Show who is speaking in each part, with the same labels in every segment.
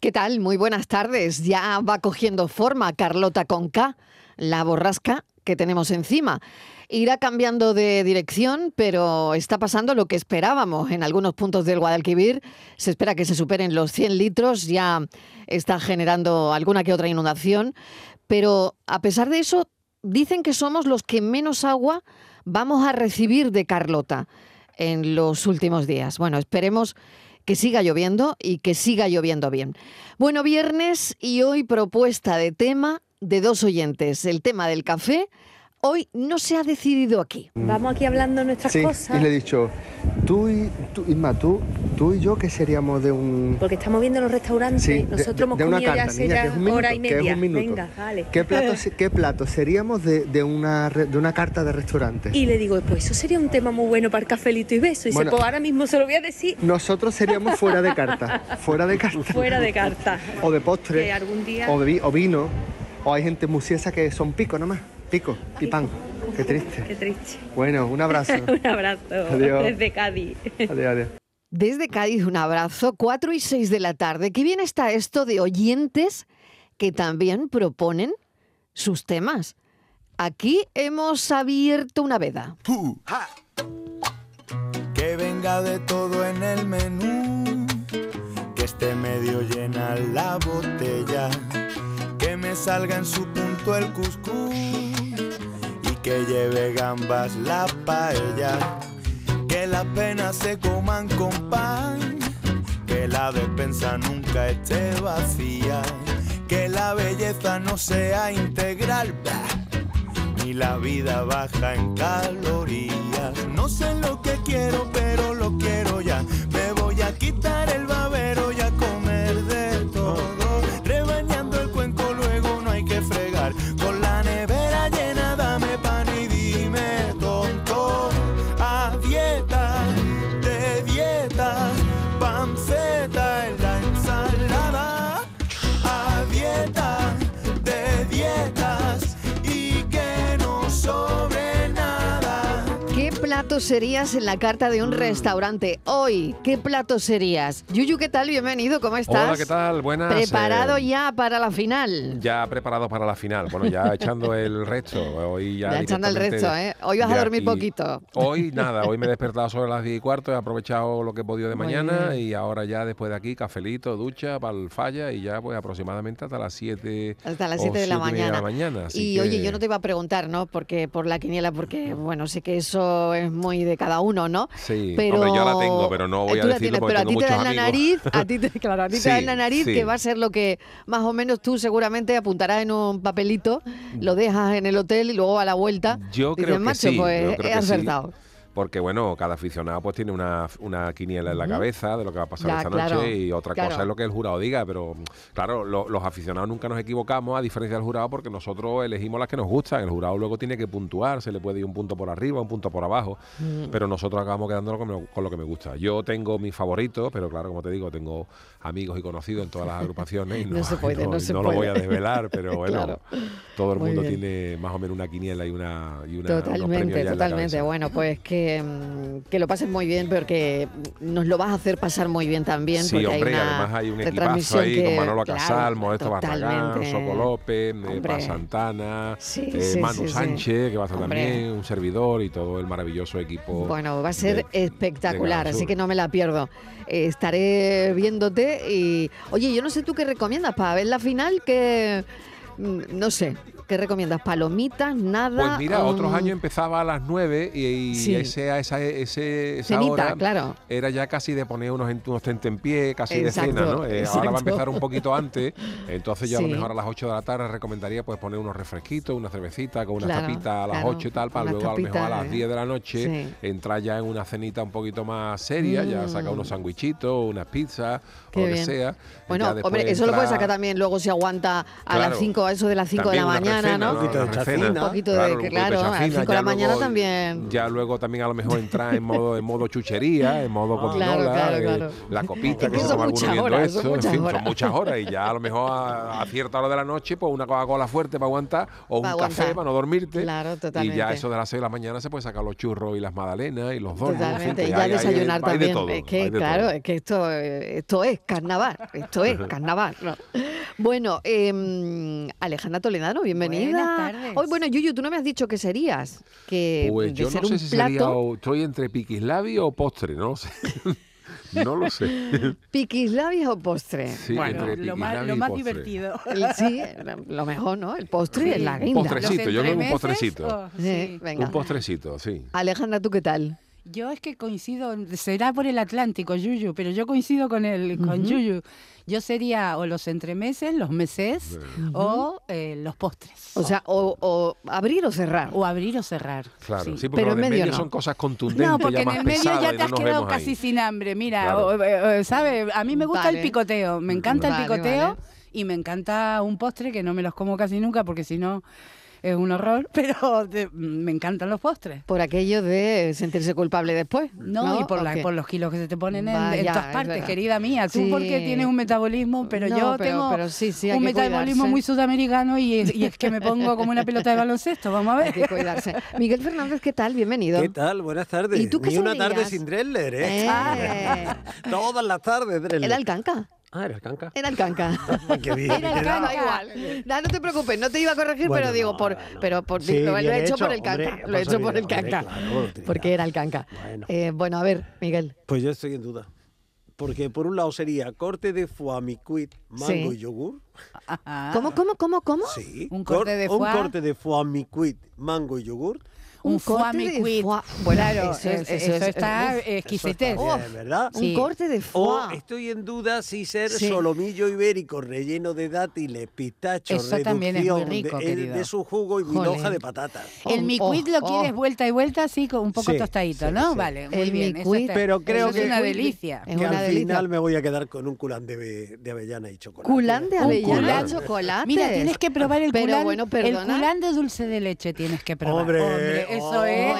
Speaker 1: ¿Qué tal? Muy buenas tardes. Ya va cogiendo forma Carlota Conca, la borrasca que tenemos encima. Irá cambiando de dirección, pero está pasando lo que esperábamos. En algunos puntos del Guadalquivir se espera que se superen los 100 litros, ya está generando alguna que otra inundación, pero a pesar de eso, dicen que somos los que menos agua vamos a recibir de Carlota en los últimos días. Bueno, esperemos que siga lloviendo y que siga lloviendo bien. Bueno, viernes y hoy propuesta de tema de dos oyentes, el tema del café. Hoy no se ha decidido aquí.
Speaker 2: Vamos aquí hablando nuestras
Speaker 3: Sí, y
Speaker 2: cosas.
Speaker 3: le he dicho, tú y tú, Isma, tú, tú y yo, ¿qué seríamos de un...?
Speaker 2: Porque estamos viendo los restaurantes.
Speaker 3: Sí, de-
Speaker 2: Nosotros
Speaker 3: de-
Speaker 2: hemos
Speaker 3: de una
Speaker 2: comido ya
Speaker 3: carta,
Speaker 2: hace
Speaker 3: niña,
Speaker 2: ya
Speaker 3: que es un minuto,
Speaker 2: hora y
Speaker 3: que es
Speaker 2: media.
Speaker 3: un minuto.
Speaker 2: Venga, vale.
Speaker 3: ¿Qué plato, se- qué plato seríamos de, de una, re- de una carta de restaurante?
Speaker 2: Y le digo, pues eso sería un tema muy bueno para el cafelito y beso. Y dice,
Speaker 3: Bueno.
Speaker 2: pues ahora mismo se lo voy a decir
Speaker 3: Nosotros seríamos fuera de carta, fuera de carta.
Speaker 2: fuera de carta.
Speaker 3: O de postre,
Speaker 2: Que algún día-
Speaker 3: o, de vi- o vino, o hay gente musiesa que son pico nomás, pico y pan. Qué
Speaker 2: Qué
Speaker 3: triste.
Speaker 2: triste.
Speaker 3: Bueno, un abrazo.
Speaker 2: Un abrazo
Speaker 3: Adiós.
Speaker 2: desde Cádiz.
Speaker 3: Adiós, adiós.
Speaker 1: Desde Cádiz un abrazo, 4 y 6 de la tarde. Qué bien está esto de oyentes que también proponen sus temas. Aquí hemos abierto una veda.
Speaker 4: Uh, ja. Que venga de todo en el menú, que esté medio llena la botella, que me salga en su punto el cuscús y que lleve gambas la paella, que las penas se coman con pan, que la despensa nunca esté vacía, que la belleza no sea integral. bah ni la vida baja en calorías. No sé lo que quiero, pero lo quiero ya. Me voy a quitar el babero y a comer de todo. Rebañando el cuenco, luego no hay que fregar. Con la nevera llena, dame pan y dime tonto. A dieta, de dieta, panceta en la ensalada. A dieta, de dietas y que no sobre nada.
Speaker 1: ¿Qué plato serías en la carta
Speaker 5: Mm.
Speaker 1: de un restaurante hoy? ¿Qué plato serías? Yuyu, ¿qué tal? Bienvenido, ¿cómo estás?
Speaker 5: Hola, ¿qué tal? Buenas. eh,
Speaker 1: ¿Preparado ya para la final?
Speaker 5: Ya preparados para la final. Bueno, ya echando el resto. Hoy ya
Speaker 1: Ya echando el
Speaker 5: directamente
Speaker 1: resto, ¿eh? Hoy vas a
Speaker 5: de
Speaker 1: dormir
Speaker 5: aquí-
Speaker 1: poquito.
Speaker 5: Hoy nada, hoy me he despertado sobre las 10 y cuarto, he aprovechado lo que he podido de
Speaker 1: Muy
Speaker 5: mañana y ahora ya después de aquí, cafelito, ducha, pal falla y ya pues aproximadamente hasta las 7
Speaker 1: Hasta las
Speaker 5: o
Speaker 1: 7 de la
Speaker 5: siete y media
Speaker 1: mañana.
Speaker 5: mañana, así
Speaker 1: y
Speaker 5: que-
Speaker 1: oye, yo no te iba a preguntar, ¿no? Porque por la quiniela, porque bueno, sé que eso es muy de cada uno, ¿no?
Speaker 5: Sí,
Speaker 1: pero
Speaker 5: hombre, yo la tengo, pero no voy
Speaker 1: Eh,
Speaker 5: a
Speaker 1: tú la
Speaker 5: decirlo
Speaker 1: tienes,
Speaker 5: porque
Speaker 1: pero a
Speaker 5: tengo
Speaker 1: ti te da
Speaker 5: muchos
Speaker 1: en la nariz,
Speaker 5: amigos.
Speaker 1: a ti te, claro, a ti te
Speaker 5: Sí,
Speaker 1: da en la nariz
Speaker 5: sí.
Speaker 1: que va a ser lo que más o menos tú seguramente apuntarás en un papelito, lo dejas en el hotel y luego a la vuelta.
Speaker 5: Yo
Speaker 1: dices,
Speaker 5: creo que
Speaker 1: macho,
Speaker 5: sí,
Speaker 1: pues
Speaker 5: yo creo
Speaker 1: he
Speaker 5: que sí".
Speaker 1: acertado.
Speaker 5: Porque bueno, cada aficionado pues tiene una, una quiniela en la cabeza de lo que va a pasar
Speaker 1: Ya,
Speaker 5: esta
Speaker 1: claro,
Speaker 5: noche y otra
Speaker 1: claro.
Speaker 5: cosa es lo que el jurado diga, pero claro, lo- los aficionados nunca nos equivocamos a diferencia del jurado porque nosotros elegimos las que nos gustan, el jurado luego tiene que puntuar, se le puede ir un punto por arriba, un punto por abajo,
Speaker 1: Mm.
Speaker 5: pero nosotros acabamos quedándonos con, lo- con lo que me gusta. Yo tengo mis favoritos, pero claro, como te digo, tengo amigos y conocidos en todas las agrupaciones y
Speaker 1: No
Speaker 5: no,
Speaker 1: se puede,
Speaker 5: y
Speaker 1: no
Speaker 5: y
Speaker 1: se
Speaker 5: no
Speaker 1: puede.
Speaker 5: lo voy a desvelar, pero bueno,
Speaker 1: Claro.
Speaker 5: todo el
Speaker 1: Muy
Speaker 5: mundo
Speaker 1: bien.
Speaker 5: tiene más o menos una quiniela y una... Y una unos premios ya
Speaker 1: Totalmente,
Speaker 5: en la
Speaker 1: totalmente.
Speaker 5: cabeza.
Speaker 1: Bueno, pues que, mm, que lo pases muy bien, porque nos lo vas a hacer pasar muy bien también.
Speaker 5: Sí,
Speaker 1: porque
Speaker 5: hombre,
Speaker 1: hay una
Speaker 5: además hay un equipazo
Speaker 1: retransmisión
Speaker 5: ahí
Speaker 1: que,
Speaker 5: con Manolo
Speaker 1: claro,
Speaker 5: Casal, Modesto Barragán,
Speaker 1: totalmente.
Speaker 5: Soco López, eh,
Speaker 1: Hombre.
Speaker 5: Paz Santana,
Speaker 1: Sí,
Speaker 5: eh,
Speaker 1: sí,
Speaker 5: Manu
Speaker 1: sí, sí.
Speaker 5: Sánchez, que va a estar
Speaker 1: Hombre.
Speaker 5: también, un servidor y todo el maravilloso equipo.
Speaker 1: Bueno, va a ser
Speaker 5: de-
Speaker 1: espectacular,
Speaker 5: de Canal
Speaker 1: así
Speaker 5: Sur.
Speaker 1: que no me la pierdo. Eh, estaré viéndote y. Oye, yo no sé tú qué recomiendas para ver la final, que. mm, No sé, ¿qué recomiendas? ¿Palomitas? ¿Nada?
Speaker 5: Pues mira, otros
Speaker 1: Mm,
Speaker 5: años empezaba a las 9 y, y
Speaker 1: Sí.
Speaker 5: ese, a esa, ese, esa
Speaker 1: Cenita,
Speaker 5: hora
Speaker 1: claro.
Speaker 5: era ya casi de poner unos, en- unos tentempié, casi
Speaker 1: Exacto,
Speaker 5: de cena, ¿no? Eh, ahora va
Speaker 1: exacto.
Speaker 5: a empezar un poquito antes, entonces yo a
Speaker 1: Sí.
Speaker 5: lo mejor a las 8 de la tarde recomendaría pues poner unos refresquitos, una cervecita con unas
Speaker 1: Claro,
Speaker 5: tapitas a las
Speaker 1: claro,
Speaker 5: 8 y tal, para
Speaker 1: unas
Speaker 5: luego a lo mejor a
Speaker 1: tapitas,
Speaker 5: las 10 de la noche
Speaker 1: sí.
Speaker 5: entrar ya en una cenita un poquito más seria, ya sacar unos sandwichitos, unas pizzas,
Speaker 1: Mm. Qué
Speaker 5: o lo que
Speaker 1: bien.
Speaker 5: sea.
Speaker 1: Bueno,
Speaker 5: Ya después
Speaker 1: hombre, eso lo
Speaker 5: entra-
Speaker 1: puedes sacar también luego si aguanta a las
Speaker 5: Claro.
Speaker 1: 5, a eso de las 5 de la
Speaker 5: También una
Speaker 1: mañana,
Speaker 5: recena,
Speaker 1: ¿no?
Speaker 5: Un poquito de
Speaker 3: chacina.
Speaker 1: Un poquito de-
Speaker 5: un poquito
Speaker 1: claro, a las
Speaker 5: chacina,
Speaker 1: cinco de
Speaker 5: ya
Speaker 1: la mañana
Speaker 5: luego-
Speaker 1: también.
Speaker 5: Ya luego también a lo mejor entrar en modo, en modo chuchería, en modo cotinola,
Speaker 1: Claro, claro,
Speaker 5: eh,
Speaker 1: claro.
Speaker 5: la copita
Speaker 1: Es
Speaker 5: que,
Speaker 1: que
Speaker 5: se
Speaker 1: son
Speaker 5: toma alguno
Speaker 1: muchas
Speaker 5: viendo
Speaker 1: horas, son
Speaker 5: esto, en
Speaker 1: muchas
Speaker 5: fin,
Speaker 1: horas.
Speaker 5: son muchas horas y ya a lo mejor a, a cierta hora de la noche pues una Coca-Cola fuerte para aguantar o un
Speaker 1: Pa'
Speaker 5: café
Speaker 1: aguantar.
Speaker 5: para no dormirte
Speaker 1: Claro,
Speaker 5: y ya
Speaker 1: totalmente.
Speaker 5: eso de las 6 de la mañana se puede sacar los churros y las magdalenas y los donuts. en fin,
Speaker 1: Totalmente,
Speaker 5: que
Speaker 1: y ya
Speaker 5: hay- hay-
Speaker 1: desayunar
Speaker 5: hay de
Speaker 1: también.
Speaker 5: todo,
Speaker 1: es
Speaker 5: hay
Speaker 1: que,
Speaker 5: de
Speaker 1: claro,
Speaker 5: todo.
Speaker 1: es que esto, eh, esto es carnaval, esto es carnaval. ¿no? Bueno, em, Alejandra Toledano, bienvenida.
Speaker 6: Buenas tardes.
Speaker 1: Hoy, bueno, Yuyu, tú no me has dicho qué serías. Que
Speaker 5: Pues
Speaker 1: de
Speaker 5: yo
Speaker 1: ser
Speaker 5: no sé
Speaker 1: un
Speaker 5: si
Speaker 1: plato,
Speaker 5: sería o- estoy entre piquislavi o postre, no lo sé. no lo sé.
Speaker 1: piquislabias o postre.
Speaker 5: Sí,
Speaker 6: bueno,
Speaker 5: entre
Speaker 6: lo más,
Speaker 5: piquislavi
Speaker 6: lo
Speaker 5: y
Speaker 6: más
Speaker 5: postre.
Speaker 6: divertido.
Speaker 1: El- sí, lo mejor, ¿no? El postre es la
Speaker 6: Un
Speaker 1: guinda.
Speaker 5: postre, Postrecito,
Speaker 6: Los
Speaker 5: yo creo que un
Speaker 6: entremeses,
Speaker 5: postrecito.
Speaker 6: oh,
Speaker 1: Sí,
Speaker 6: sí.
Speaker 1: venga.
Speaker 5: Un postrecito, sí.
Speaker 1: Alejandra, ¿tú qué tal?
Speaker 6: Yo es que coincido, será por el Atlántico, Yuyu, pero yo coincido con el con Yuyu. Yo sería o los entremeses, los meses o eh, los postres.
Speaker 1: O sea, o, o abrir o cerrar.
Speaker 6: o abrir o cerrar.
Speaker 5: Claro, sí,
Speaker 6: sí.
Speaker 5: porque
Speaker 1: Pero
Speaker 5: lo
Speaker 1: en
Speaker 5: de
Speaker 1: medio
Speaker 5: medio
Speaker 1: no.
Speaker 5: son cosas contundentes,
Speaker 6: No,
Speaker 5: ya
Speaker 6: porque en
Speaker 5: más
Speaker 6: el medio ya te
Speaker 5: pesadas y no
Speaker 6: has
Speaker 5: nos
Speaker 6: quedado
Speaker 5: vemos ahí.
Speaker 6: casi sin hambre. Mira,
Speaker 5: Claro.
Speaker 6: o- o- o, ¿sabe? A mí me gusta
Speaker 1: Vale.
Speaker 6: el picoteo, me encanta
Speaker 1: Vale,
Speaker 6: el picoteo
Speaker 1: vale.
Speaker 6: y me encanta un postre que no me los como casi nunca porque si no es un horror, pero de- me encantan los postres.
Speaker 1: Por aquello de sentirse culpable después.
Speaker 6: No,
Speaker 1: No,
Speaker 6: y por,
Speaker 1: ¿O
Speaker 6: la-
Speaker 1: qué? Mm.
Speaker 6: por los kilos que se te ponen en-
Speaker 1: Vaya,
Speaker 6: en,
Speaker 1: es
Speaker 6: todas partes,
Speaker 1: verdad.
Speaker 6: querida mía. Tú
Speaker 1: Sí.
Speaker 6: porque tienes un metabolismo, pero
Speaker 1: No,
Speaker 6: yo
Speaker 1: pero-
Speaker 6: tengo
Speaker 1: pero sí, sí, hay
Speaker 6: un
Speaker 1: que
Speaker 6: metabolismo
Speaker 1: cuidarse.
Speaker 6: muy sudamericano y es, y es que me pongo como una pelota de baloncesto, vamos a ver.
Speaker 1: Hay que cuidarse. Miguel Fernández, ¿qué tal? Bienvenido.
Speaker 7: ¿Qué tal? Buenas tardes.
Speaker 1: ¿Y tú qué
Speaker 7: Ni una tarde
Speaker 1: serías?
Speaker 7: sin Dressler, ¿eh?
Speaker 1: Eh,
Speaker 7: Todas las tardes, Dressler.
Speaker 1: era el canca,
Speaker 7: Ah, era el canca.
Speaker 1: era el canca.
Speaker 7: Qué bien.
Speaker 6: Era el
Speaker 7: qué
Speaker 6: Canca.
Speaker 1: Da igual. No, no te preocupes, no te iba a corregir,
Speaker 7: Bueno,
Speaker 1: pero digo,
Speaker 7: no,
Speaker 1: por,
Speaker 7: no.
Speaker 1: pero por,
Speaker 7: Sí,
Speaker 1: lo, he
Speaker 7: bien
Speaker 1: hecho por
Speaker 7: hecho,
Speaker 1: el canca.
Speaker 7: hombre,
Speaker 1: lo he hecho por el
Speaker 7: hombre,
Speaker 1: canca.
Speaker 7: claro, Trinidad.
Speaker 1: porque era el canca.
Speaker 7: Bueno.
Speaker 1: Eh, bueno, a ver, Miguel.
Speaker 7: Pues yo estoy en duda. Porque por un lado sería corte de foie micuit, mango
Speaker 1: Sí.
Speaker 7: y yogur.
Speaker 6: Ajá.
Speaker 1: ¿Cómo, cómo, cómo, cómo?
Speaker 7: Sí.
Speaker 6: Un corte de foie.
Speaker 7: Un corte de foie micuit, mango y yogur.
Speaker 6: Un foie
Speaker 1: corte de
Speaker 6: micuit.
Speaker 1: foie. Bueno,
Speaker 6: Claro, eso,
Speaker 1: eso es- eso es-
Speaker 6: está
Speaker 7: Eso
Speaker 1: uf,
Speaker 7: está
Speaker 6: exquisitez.
Speaker 7: bien, ¿verdad?
Speaker 1: Un
Speaker 6: Sí.
Speaker 1: corte de
Speaker 7: O
Speaker 1: foie.
Speaker 7: estoy en duda si ser
Speaker 1: Sí.
Speaker 7: solomillo ibérico relleno de dátiles, pistachos,
Speaker 6: Eso también es muy
Speaker 7: reducción
Speaker 6: rico,
Speaker 7: de,
Speaker 6: querido.
Speaker 7: de su jugo y
Speaker 1: Jolín.
Speaker 7: mil hoja de patatas.
Speaker 1: Oh,
Speaker 6: El micuit lo
Speaker 1: oh,
Speaker 6: quieres
Speaker 1: oh.
Speaker 6: vuelta y vuelta, así, con un poco
Speaker 7: Sí,
Speaker 6: tostadito,
Speaker 7: sí,
Speaker 6: ¿no?
Speaker 7: sí.
Speaker 6: Vale, muy
Speaker 1: El
Speaker 6: bien. eso
Speaker 1: micuit.
Speaker 6: está-
Speaker 7: Pero creo
Speaker 6: eso
Speaker 7: que-
Speaker 6: es una delicia.
Speaker 1: Es
Speaker 7: que
Speaker 1: una
Speaker 7: al
Speaker 1: delicia.
Speaker 7: final me voy a quedar con un culán de, be- de avellana y chocolate.
Speaker 1: Culán de
Speaker 5: Un
Speaker 1: avellana
Speaker 5: culán.
Speaker 1: de chocolate.
Speaker 6: Mira, tienes que probar el
Speaker 1: Pero
Speaker 6: culán.
Speaker 1: bueno,
Speaker 6: el
Speaker 1: perdona.
Speaker 6: culán de dulce de leche tienes que probar.
Speaker 7: Hombre,
Speaker 6: eso
Speaker 7: oh.
Speaker 6: es.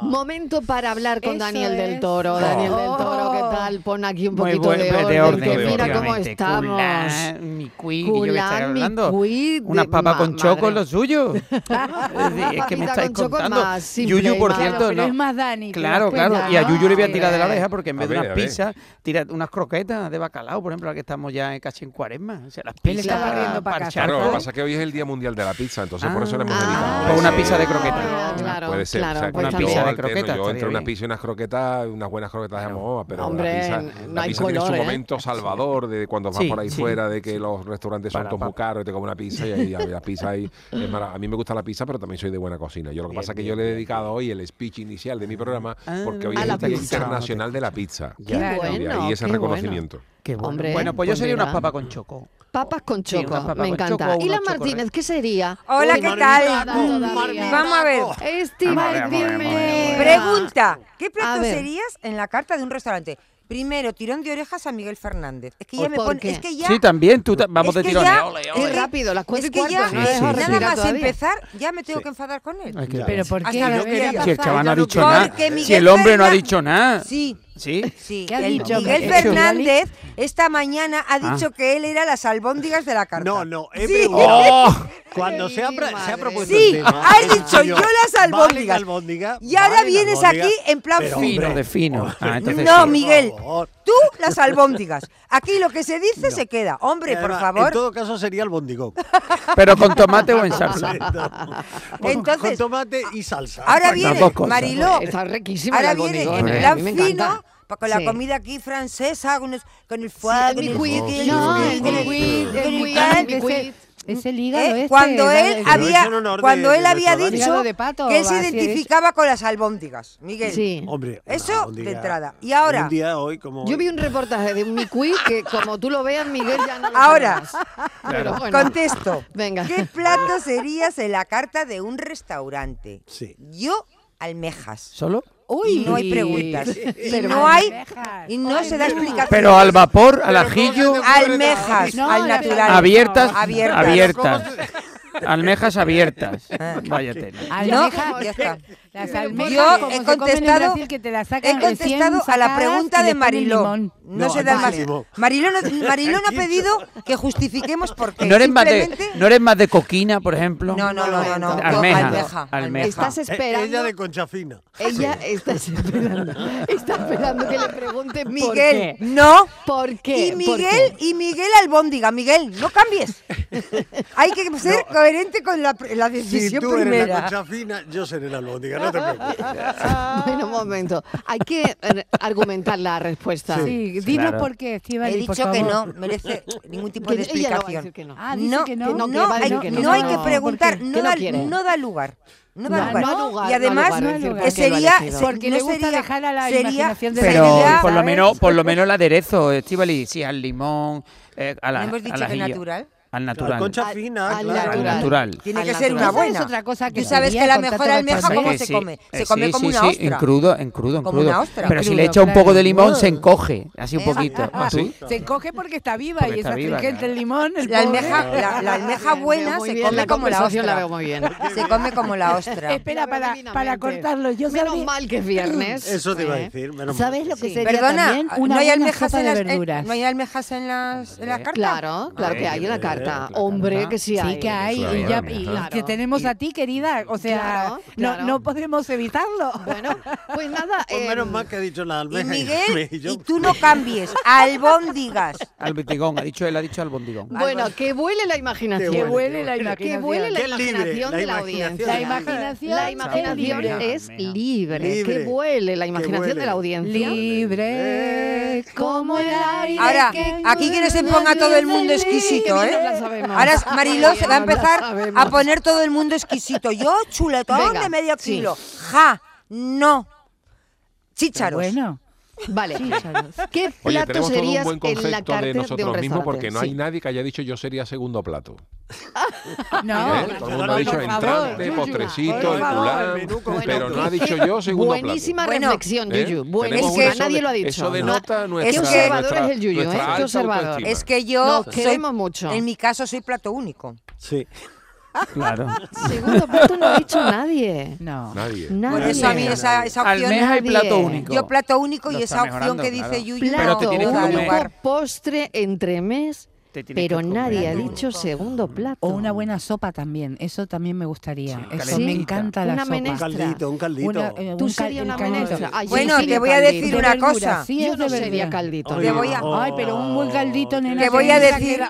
Speaker 1: Momento para hablar con
Speaker 6: Eso
Speaker 1: Daniel del
Speaker 6: es.
Speaker 1: Toro.
Speaker 6: Oh.
Speaker 1: Daniel del Toro, ¿qué tal? Pon aquí un
Speaker 8: Muy
Speaker 1: poquito
Speaker 8: buen-
Speaker 1: de, orden, que
Speaker 5: orden,
Speaker 1: mira cómo
Speaker 8: efectivamente.
Speaker 1: estamos.
Speaker 8: Culán, mi cuí, que yo voy a estar
Speaker 1: Culán, mi
Speaker 8: hablando.
Speaker 1: cuí de-
Speaker 8: Una papa
Speaker 1: ma-
Speaker 8: con choco
Speaker 1: madre.
Speaker 8: es lo suyo. es
Speaker 1: Una
Speaker 8: decir, es que me
Speaker 1: papita
Speaker 8: estáis
Speaker 1: con choco
Speaker 8: contando.
Speaker 1: más simple y
Speaker 8: Yuyu, por
Speaker 1: más-
Speaker 6: Claro,
Speaker 8: cierto,
Speaker 6: pero
Speaker 8: no.
Speaker 6: es más Dani. ¿te
Speaker 8: Claro,
Speaker 6: das
Speaker 8: claro.
Speaker 6: cuenta?
Speaker 8: Y a Yuyu le voy a
Speaker 1: Ah,
Speaker 8: tirar de la
Speaker 1: mira.
Speaker 8: oreja porque en
Speaker 5: A
Speaker 8: vez
Speaker 5: ver,
Speaker 8: de
Speaker 5: a
Speaker 8: unas
Speaker 5: ver.
Speaker 8: pizzas, tira unas croquetas de bacalao, por ejemplo, ahora que estamos ya en- casi en cuaresma. O sea, las
Speaker 6: Él
Speaker 8: pizzas
Speaker 1: está
Speaker 8: para-
Speaker 6: barriendo para
Speaker 8: para
Speaker 6: casa.
Speaker 5: Claro,
Speaker 8: charlar.
Speaker 5: lo que pasa es que hoy es el Día Mundial de la Pizza, entonces por eso le hemos
Speaker 1: Ah,
Speaker 5: dedicado.
Speaker 8: o una
Speaker 5: Sí.
Speaker 8: pizza de
Speaker 1: Ah,
Speaker 8: croqueta.
Speaker 1: claro,
Speaker 5: Puede ser.
Speaker 1: claro,
Speaker 5: o sea, que
Speaker 1: pues
Speaker 5: yo
Speaker 1: también. Una pizza de
Speaker 5: alterno,
Speaker 8: croqueta
Speaker 5: Yo
Speaker 8: estaría
Speaker 5: entre una
Speaker 8: bien.
Speaker 5: pizza y unas croquetas, unas buenas croquetas de amor, pero
Speaker 1: Hombre,
Speaker 5: la pizza,
Speaker 1: no
Speaker 5: la
Speaker 1: hay
Speaker 5: pizza tiene su
Speaker 1: color, ¿eh?
Speaker 5: momento salvador de cuando vas
Speaker 8: Sí,
Speaker 5: por ahí
Speaker 8: sí,
Speaker 5: fuera, de que
Speaker 8: sí.
Speaker 5: los restaurantes son
Speaker 8: Para,
Speaker 5: todos muy
Speaker 8: pa-
Speaker 5: caros y te comes una pizza y ahí, la pizza ahí. es mara- a mí me gusta la pizza, pero también soy de buena cocina. Yo lo que
Speaker 7: Bien,
Speaker 5: pasa es que
Speaker 7: bien,
Speaker 5: yo le he
Speaker 7: bien,
Speaker 5: dedicado hoy el speech inicial de mi programa
Speaker 8: Ah,
Speaker 5: porque hoy
Speaker 1: a
Speaker 5: es
Speaker 1: la
Speaker 5: el Día
Speaker 1: pizza.
Speaker 5: Internacional de la Pizza.
Speaker 1: Qué
Speaker 6: Claro.
Speaker 1: bueno.
Speaker 5: Y ese
Speaker 1: qué
Speaker 5: reconocimiento.
Speaker 8: Qué bueno.
Speaker 1: Hombre,
Speaker 8: bueno, pues yo
Speaker 1: pues
Speaker 8: sería
Speaker 1: mira.
Speaker 8: unas papas con choco.
Speaker 1: bueno. Papas con
Speaker 8: Sí,
Speaker 1: choco,
Speaker 8: unas papas
Speaker 1: me
Speaker 8: con
Speaker 1: encanta.
Speaker 8: choco,
Speaker 1: ¿Y la
Speaker 8: unos chocorretes.
Speaker 1: Martínez qué sería?
Speaker 9: Hola,
Speaker 1: Uy,
Speaker 9: ¿qué tal?
Speaker 1: marmita todavía.
Speaker 9: Vamos a ver.
Speaker 1: Estima,
Speaker 8: Vamos, vamos, vamos,
Speaker 1: bienvenida.
Speaker 9: Pregunta, ¿qué
Speaker 1: A
Speaker 9: plato
Speaker 1: ver.
Speaker 9: serías en la carta de un restaurante? Primero, tirón de orejas a Miguel Fernández. Es que ya
Speaker 1: ¿Por
Speaker 9: me pone,
Speaker 1: qué?
Speaker 9: es que ya
Speaker 8: Sí, también. Tú ta- vamos
Speaker 9: es
Speaker 8: de
Speaker 9: que
Speaker 8: tirones.
Speaker 9: ya-
Speaker 8: ole,
Speaker 9: es
Speaker 8: ole.
Speaker 1: Qué rápido, las cuatro
Speaker 9: es
Speaker 1: y
Speaker 9: que
Speaker 1: cuarto.
Speaker 9: ya
Speaker 8: Sí, sí,
Speaker 1: Dejo de
Speaker 8: sí.
Speaker 9: nada
Speaker 1: respirar
Speaker 9: más
Speaker 1: todavía.
Speaker 9: empezar, ya me tengo que enfadar con él.
Speaker 8: Ay, qué
Speaker 6: Pero
Speaker 8: vergüenza.
Speaker 6: ¿por
Speaker 9: Hasta
Speaker 6: qué?
Speaker 9: la
Speaker 6: Lo
Speaker 9: bebé
Speaker 6: verás
Speaker 9: ha
Speaker 8: Si el
Speaker 9: pasado.
Speaker 8: chaval no ha dicho
Speaker 9: Porque
Speaker 8: nada.
Speaker 9: Miguel
Speaker 8: Si el hombre no ha
Speaker 9: Fernández-
Speaker 8: dicho nada.
Speaker 9: Sí,
Speaker 8: Sí.
Speaker 9: sí.
Speaker 6: ¿Qué ha
Speaker 9: el
Speaker 6: dicho?
Speaker 9: Miguel
Speaker 6: ¿Qué ha dicho?
Speaker 9: Fernández esta mañana ha
Speaker 8: Ah.
Speaker 9: dicho que él era las albóndigas de la carta.
Speaker 7: No, no, he
Speaker 9: Sí.
Speaker 7: preguntado. Cuando se ha,
Speaker 1: Ay,
Speaker 7: pro- se ha
Speaker 1: madre.
Speaker 7: propuesto
Speaker 9: Sí,
Speaker 7: el tema.
Speaker 9: has
Speaker 7: he
Speaker 9: dicho, yo las
Speaker 7: ¿valen
Speaker 9: albóndigas.
Speaker 7: albóndigas?
Speaker 9: Y ahora
Speaker 7: ¿Valen
Speaker 9: vienes
Speaker 7: albóndigas?
Speaker 9: aquí en plan
Speaker 7: Pero,
Speaker 8: Fino,
Speaker 7: hombre,
Speaker 8: de fino. Ah, entonces
Speaker 9: No,
Speaker 8: sí.
Speaker 9: Miguel,
Speaker 7: Por favor.
Speaker 9: tú las albóndigas. Aquí lo que se dice se queda. Hombre, por
Speaker 7: Además, Eh, En
Speaker 9: favor.
Speaker 7: todo caso sería albóndigón.
Speaker 8: Pero con tomate o en salsa.
Speaker 7: Con- con
Speaker 9: Entonces,
Speaker 7: tomate y salsa.
Speaker 9: ahora
Speaker 8: Las
Speaker 9: viene
Speaker 8: dos cosas.
Speaker 9: Mariló.
Speaker 1: Está riquísimo
Speaker 9: Ahora
Speaker 1: el
Speaker 9: viene
Speaker 1: albóndiga,
Speaker 9: en
Speaker 1: ¿eh?
Speaker 9: plan
Speaker 1: A mí me encanta.
Speaker 9: fino, pa- con la
Speaker 1: Sí.
Speaker 9: comida aquí francesa, con, los- con el
Speaker 1: Sí,
Speaker 9: foie,
Speaker 1: el
Speaker 9: con el
Speaker 1: micuit,
Speaker 9: con el- eh,
Speaker 1: no,
Speaker 9: con
Speaker 1: el
Speaker 9: el- con el-
Speaker 1: micuit,
Speaker 9: con
Speaker 1: el
Speaker 9: el-
Speaker 1: micuit,
Speaker 9: tal,
Speaker 1: el micuit.
Speaker 6: Es el hígado
Speaker 9: ¿eh?
Speaker 6: este.
Speaker 9: Cuando
Speaker 6: ¿verdad?
Speaker 9: él
Speaker 6: Es-
Speaker 7: Pero
Speaker 9: había,
Speaker 7: eso en honor
Speaker 9: cuando
Speaker 7: de-
Speaker 9: él
Speaker 7: de
Speaker 9: había
Speaker 7: nuestro
Speaker 9: dicho
Speaker 6: Dani. De pato,
Speaker 9: que él se
Speaker 6: así es.
Speaker 9: identificaba con las albóndigas, Miguel.
Speaker 1: Sí.
Speaker 8: Oh,
Speaker 7: Hombre, una
Speaker 9: Eso de
Speaker 7: albóndiga-
Speaker 9: entrada. Y ahora-
Speaker 7: Un día hoy como...
Speaker 1: Yo
Speaker 7: hoy,
Speaker 1: vi un reportaje de un micuí que como tú lo veas, Miguel ya no lo
Speaker 9: Ahora.
Speaker 1: sabe más. Pero bueno.
Speaker 9: Contesto.
Speaker 1: Venga.
Speaker 9: ¿Qué plato serías en la carta de un restaurante?
Speaker 7: Sí.
Speaker 9: Yo, almejas.
Speaker 8: ¿Solo?
Speaker 9: Uy, no hay preguntas. Y
Speaker 6: Pero
Speaker 9: no hay.
Speaker 6: almejas.
Speaker 9: Y no se da
Speaker 6: Almejas.
Speaker 9: explicación.
Speaker 8: Pero al vapor, al ajillo,
Speaker 9: Almejas,
Speaker 6: No,
Speaker 9: al
Speaker 6: la-
Speaker 9: natural.
Speaker 8: abiertas.
Speaker 9: Abiertas.
Speaker 8: Abiertas. Almejas abiertas.
Speaker 9: Ah.
Speaker 8: Vaya tela.
Speaker 6: Almeja-
Speaker 9: No, ya está.
Speaker 6: Las
Speaker 9: Yo
Speaker 6: almejas,
Speaker 9: he
Speaker 6: como se comen en
Speaker 9: contestado-
Speaker 6: Brasil, que te las
Speaker 9: He
Speaker 6: sacan recién
Speaker 9: contestado a la
Speaker 6: sacadas
Speaker 9: pregunta
Speaker 6: y
Speaker 9: de
Speaker 6: le ponen
Speaker 9: Mariló.
Speaker 6: limón.
Speaker 9: No
Speaker 7: No,
Speaker 9: se da
Speaker 7: no,
Speaker 9: más.
Speaker 7: Mariló.
Speaker 9: Mariló no, Mariló no ha pedido que justifiquemos por qué.
Speaker 8: ¿No eres, más de,
Speaker 9: Eh, Simplemente-
Speaker 8: ¿No eres más de coquina, por ejemplo?
Speaker 9: No, no, no, no, no.
Speaker 8: Almeja,
Speaker 9: Almeja.
Speaker 8: almeja.
Speaker 1: Eh, Estás
Speaker 7: E-
Speaker 1: esperando.
Speaker 7: Ella de concha fina.
Speaker 1: Ella está esperando, está esperando que le pregunte por
Speaker 9: Miguel,
Speaker 1: qué.
Speaker 9: no.
Speaker 1: ¿Por qué?
Speaker 9: Y
Speaker 1: ¿Por
Speaker 9: Miguel,
Speaker 1: qué?
Speaker 9: y Miguel Albóndiga, Miguel, no cambies. Hay que ser coherente con la, pr- la
Speaker 7: Si
Speaker 9: decisión
Speaker 7: tú eres la
Speaker 9: primera.
Speaker 7: concha fina, yo seré la albóndiga, no te preocupes.
Speaker 1: Bueno, un momento. Hay que eh, argumentar la respuesta.
Speaker 6: Sí, dinos
Speaker 8: Claro.
Speaker 6: por qué, Estivali,
Speaker 9: He
Speaker 6: por
Speaker 9: dicho que
Speaker 6: favor.
Speaker 9: no merece ningún tipo
Speaker 1: Que
Speaker 9: de
Speaker 1: ella no va a decir
Speaker 9: explicación.
Speaker 1: que no.
Speaker 6: Ah, dice que no.
Speaker 1: no, que va a
Speaker 9: hay,
Speaker 1: decir que
Speaker 9: no
Speaker 1: no.
Speaker 9: hay que
Speaker 1: No,
Speaker 6: ¿por
Speaker 9: preguntar,
Speaker 1: qué?
Speaker 9: no,
Speaker 1: Que no
Speaker 9: da,
Speaker 1: quiere.
Speaker 9: no da lugar. No da
Speaker 1: No,
Speaker 9: lugar.
Speaker 1: no da lugar,
Speaker 9: y además,
Speaker 1: no da lugar,
Speaker 6: no
Speaker 9: eh,
Speaker 6: decir
Speaker 1: por qué lo
Speaker 9: sería,
Speaker 1: ha elegido.
Speaker 9: se-
Speaker 6: Porque
Speaker 9: no
Speaker 6: le gusta
Speaker 9: sería-
Speaker 6: dejar a la
Speaker 9: sería-
Speaker 6: imaginación de la
Speaker 8: Pero
Speaker 9: sería-
Speaker 8: por lo menos,
Speaker 9: ¿sabes?
Speaker 8: por lo menos el aderezo, Estivali, si al limón, eh, a la,
Speaker 9: ¿No hemos dicho
Speaker 8: al
Speaker 9: que
Speaker 8: ajillo,
Speaker 9: natural?
Speaker 8: Al
Speaker 7: La
Speaker 8: natural.
Speaker 7: concha
Speaker 1: Al-
Speaker 7: fina,
Speaker 1: al
Speaker 7: claro.
Speaker 8: Al
Speaker 1: natural.
Speaker 8: natural.
Speaker 9: Tiene
Speaker 1: Al
Speaker 9: que ser una
Speaker 1: natural.
Speaker 6: Esa es
Speaker 9: buena.
Speaker 6: otra cosa que
Speaker 9: Tú sabes
Speaker 6: sería
Speaker 9: que la
Speaker 6: con
Speaker 9: mejor
Speaker 6: toda
Speaker 9: almeja,
Speaker 6: razón.
Speaker 9: ¿cómo
Speaker 8: Eh,
Speaker 9: se
Speaker 8: sí,
Speaker 9: come? Se
Speaker 8: eh,
Speaker 9: come
Speaker 8: sí,
Speaker 9: como
Speaker 8: sí,
Speaker 9: una
Speaker 8: sí,
Speaker 9: ostra.
Speaker 8: en crudo, en crudo, en
Speaker 9: Como
Speaker 8: crudo.
Speaker 9: una ostra.
Speaker 8: Pero si
Speaker 6: Crudo,
Speaker 8: le echa un
Speaker 6: claro.
Speaker 8: poco de limón, se
Speaker 7: Ah.
Speaker 8: encoge, así un
Speaker 9: Eh,
Speaker 8: poquito.
Speaker 7: ah,
Speaker 8: ¿Tú?
Speaker 6: Se coge porque está viva
Speaker 8: Porque
Speaker 6: y
Speaker 8: está
Speaker 6: es
Speaker 8: viva,
Speaker 6: astringente
Speaker 8: claro.
Speaker 6: el limón. El
Speaker 9: La
Speaker 6: pobre.
Speaker 9: almeja, la, la almeja
Speaker 1: Veo
Speaker 9: buena
Speaker 1: muy
Speaker 9: se
Speaker 1: bien
Speaker 9: come como la
Speaker 1: conversación
Speaker 9: ostra.
Speaker 1: la veo muy bien.
Speaker 9: Se come como la ostra.
Speaker 6: Espera,
Speaker 1: La veo
Speaker 6: para, para
Speaker 1: divinamente.
Speaker 6: cortarlo. Yo
Speaker 1: Menos
Speaker 6: sabía-
Speaker 1: mal que es viernes.
Speaker 7: Eso te iba a
Speaker 1: ¿eh?
Speaker 7: decir. menos mal.
Speaker 10: ¿Sabes lo que
Speaker 1: Sí.
Speaker 10: sería
Speaker 9: Perdona,
Speaker 10: también?
Speaker 9: ¿no
Speaker 6: una
Speaker 9: hay
Speaker 6: buena
Speaker 9: almejas
Speaker 6: sopa
Speaker 9: en
Speaker 6: de
Speaker 9: las eh,
Speaker 6: verduras.
Speaker 9: ¿No hay almejas en las en la carta?
Speaker 1: Claro, claro que hay una carta. Hombre, que sí hay.
Speaker 6: Sí que hay,
Speaker 5: Claro,
Speaker 6: y, ya, y-
Speaker 5: claro.
Speaker 6: y que tenemos a ti, querida. O sea,
Speaker 1: Claro, claro.
Speaker 6: No, no podemos evitarlo.
Speaker 1: Bueno, pues nada.
Speaker 7: Pues menos
Speaker 1: em,
Speaker 7: mal que ha dicho la
Speaker 9: Y
Speaker 7: almeja.
Speaker 9: Miguel,
Speaker 7: yo-
Speaker 9: y tú no cambies, albóndigas.
Speaker 8: Al ha dicho él, ha dicho al bondigón.
Speaker 1: Bueno, que vuele la imaginación.
Speaker 7: Que
Speaker 6: vuele la
Speaker 1: eh, Que vuele la
Speaker 7: imaginación. Qué libre, la imaginación.
Speaker 1: imaginación de la audiencia.
Speaker 6: La imaginación,
Speaker 1: La
Speaker 6: es
Speaker 1: imaginación
Speaker 6: libre.
Speaker 5: Ah,
Speaker 1: es libre. Que
Speaker 7: Libre.
Speaker 1: vuele la imaginación
Speaker 7: vuele.
Speaker 1: de la audiencia.
Speaker 6: Libre como el aire.
Speaker 9: Ahora,
Speaker 6: que
Speaker 9: aquí que no se ponga todo el mundo exquisito,
Speaker 1: bien
Speaker 9: ¿eh?
Speaker 1: la sabemos.
Speaker 9: Ahora Mariló se va a
Speaker 1: Bien, la
Speaker 9: empezar
Speaker 1: sabemos.
Speaker 9: a poner todo el mundo exquisito. Yo, chuletón
Speaker 1: Venga,
Speaker 9: de medio
Speaker 1: sí.
Speaker 9: kilo. Ja, no. Chícharos.
Speaker 6: Bueno,
Speaker 1: Vale.
Speaker 6: chícharos.
Speaker 1: ¿Qué
Speaker 5: Oye,
Speaker 1: plato
Speaker 5: tenemos todo un
Speaker 1: serías en
Speaker 5: buen
Speaker 1: la
Speaker 5: concepto
Speaker 1: carta
Speaker 5: de nosotros
Speaker 1: un
Speaker 5: mismos porque
Speaker 1: restaurante?
Speaker 5: no hay
Speaker 1: Sí.
Speaker 5: nadie que haya dicho yo sería segundo plato.
Speaker 6: No,
Speaker 5: ¿eh? Todo el mundo ha
Speaker 7: por
Speaker 5: dicho
Speaker 7: favor,
Speaker 5: entrante,
Speaker 7: Yuyu,
Speaker 5: postrecito,
Speaker 7: por favor.
Speaker 5: culán,
Speaker 7: El menú completo.
Speaker 5: pero no ha dicho yo segundo plato.
Speaker 1: Buenísima
Speaker 9: Bueno,
Speaker 1: reflexión,
Speaker 5: ¿Eh?
Speaker 1: Yuyu.
Speaker 5: Tenemos
Speaker 1: Buenísima,
Speaker 5: un- eso
Speaker 1: nadie
Speaker 5: de-
Speaker 1: lo ha dicho.
Speaker 5: Eso
Speaker 1: No-
Speaker 5: denota nuestra.
Speaker 1: Qué
Speaker 9: nuestra-
Speaker 1: observador es el Yuyu,
Speaker 5: nuestra
Speaker 1: ¿eh? Qué
Speaker 5: alta
Speaker 1: observador.
Speaker 5: autoestima.
Speaker 9: Es que yo
Speaker 1: Nos
Speaker 9: soy,
Speaker 1: queremos mucho.
Speaker 9: en mi caso soy plato único.
Speaker 7: Sí.
Speaker 8: Claro.
Speaker 1: Segundo plato no ha dicho nadie.
Speaker 6: no.
Speaker 5: Nadie.
Speaker 1: Nadie.
Speaker 9: Por eso a mí esa, esa opción...
Speaker 8: Almeja y
Speaker 1: nadie.
Speaker 8: plato único.
Speaker 9: Yo plato único
Speaker 8: Lo
Speaker 9: y
Speaker 8: está
Speaker 9: esa opción
Speaker 8: mejorando,
Speaker 9: que dice
Speaker 8: claro.
Speaker 9: Yuyu
Speaker 1: Plato
Speaker 8: Pero te tienes que
Speaker 9: no da
Speaker 8: comer.
Speaker 1: único,
Speaker 9: lugar.
Speaker 1: postre, entremés,
Speaker 8: Te tienes
Speaker 1: pero
Speaker 8: que comer
Speaker 1: nadie ha
Speaker 8: algo. Mm.
Speaker 1: dicho segundo plato.
Speaker 6: O una buena sopa también. Eso también me gustaría. Eso
Speaker 8: calentita.
Speaker 6: me encanta la
Speaker 1: Una
Speaker 6: sopa.
Speaker 7: Un
Speaker 1: menestra.
Speaker 7: caldito, un caldito.
Speaker 6: Una, eh,
Speaker 1: Tú
Speaker 6: un cal-
Speaker 1: serías
Speaker 6: el
Speaker 1: una
Speaker 6: caldito.
Speaker 1: menestra. Ay, yo
Speaker 9: Bueno,
Speaker 1: sería
Speaker 9: te voy a
Speaker 1: caldito.
Speaker 9: decir una
Speaker 6: verdura,
Speaker 9: cosa.
Speaker 6: sí,
Speaker 1: Yo
Speaker 6: es
Speaker 1: no
Speaker 6: de
Speaker 1: sería
Speaker 6: verdura.
Speaker 1: caldito.
Speaker 7: Oye,
Speaker 9: voy a-
Speaker 6: Ay, pero un buen caldito, nena.
Speaker 9: Te voy a decir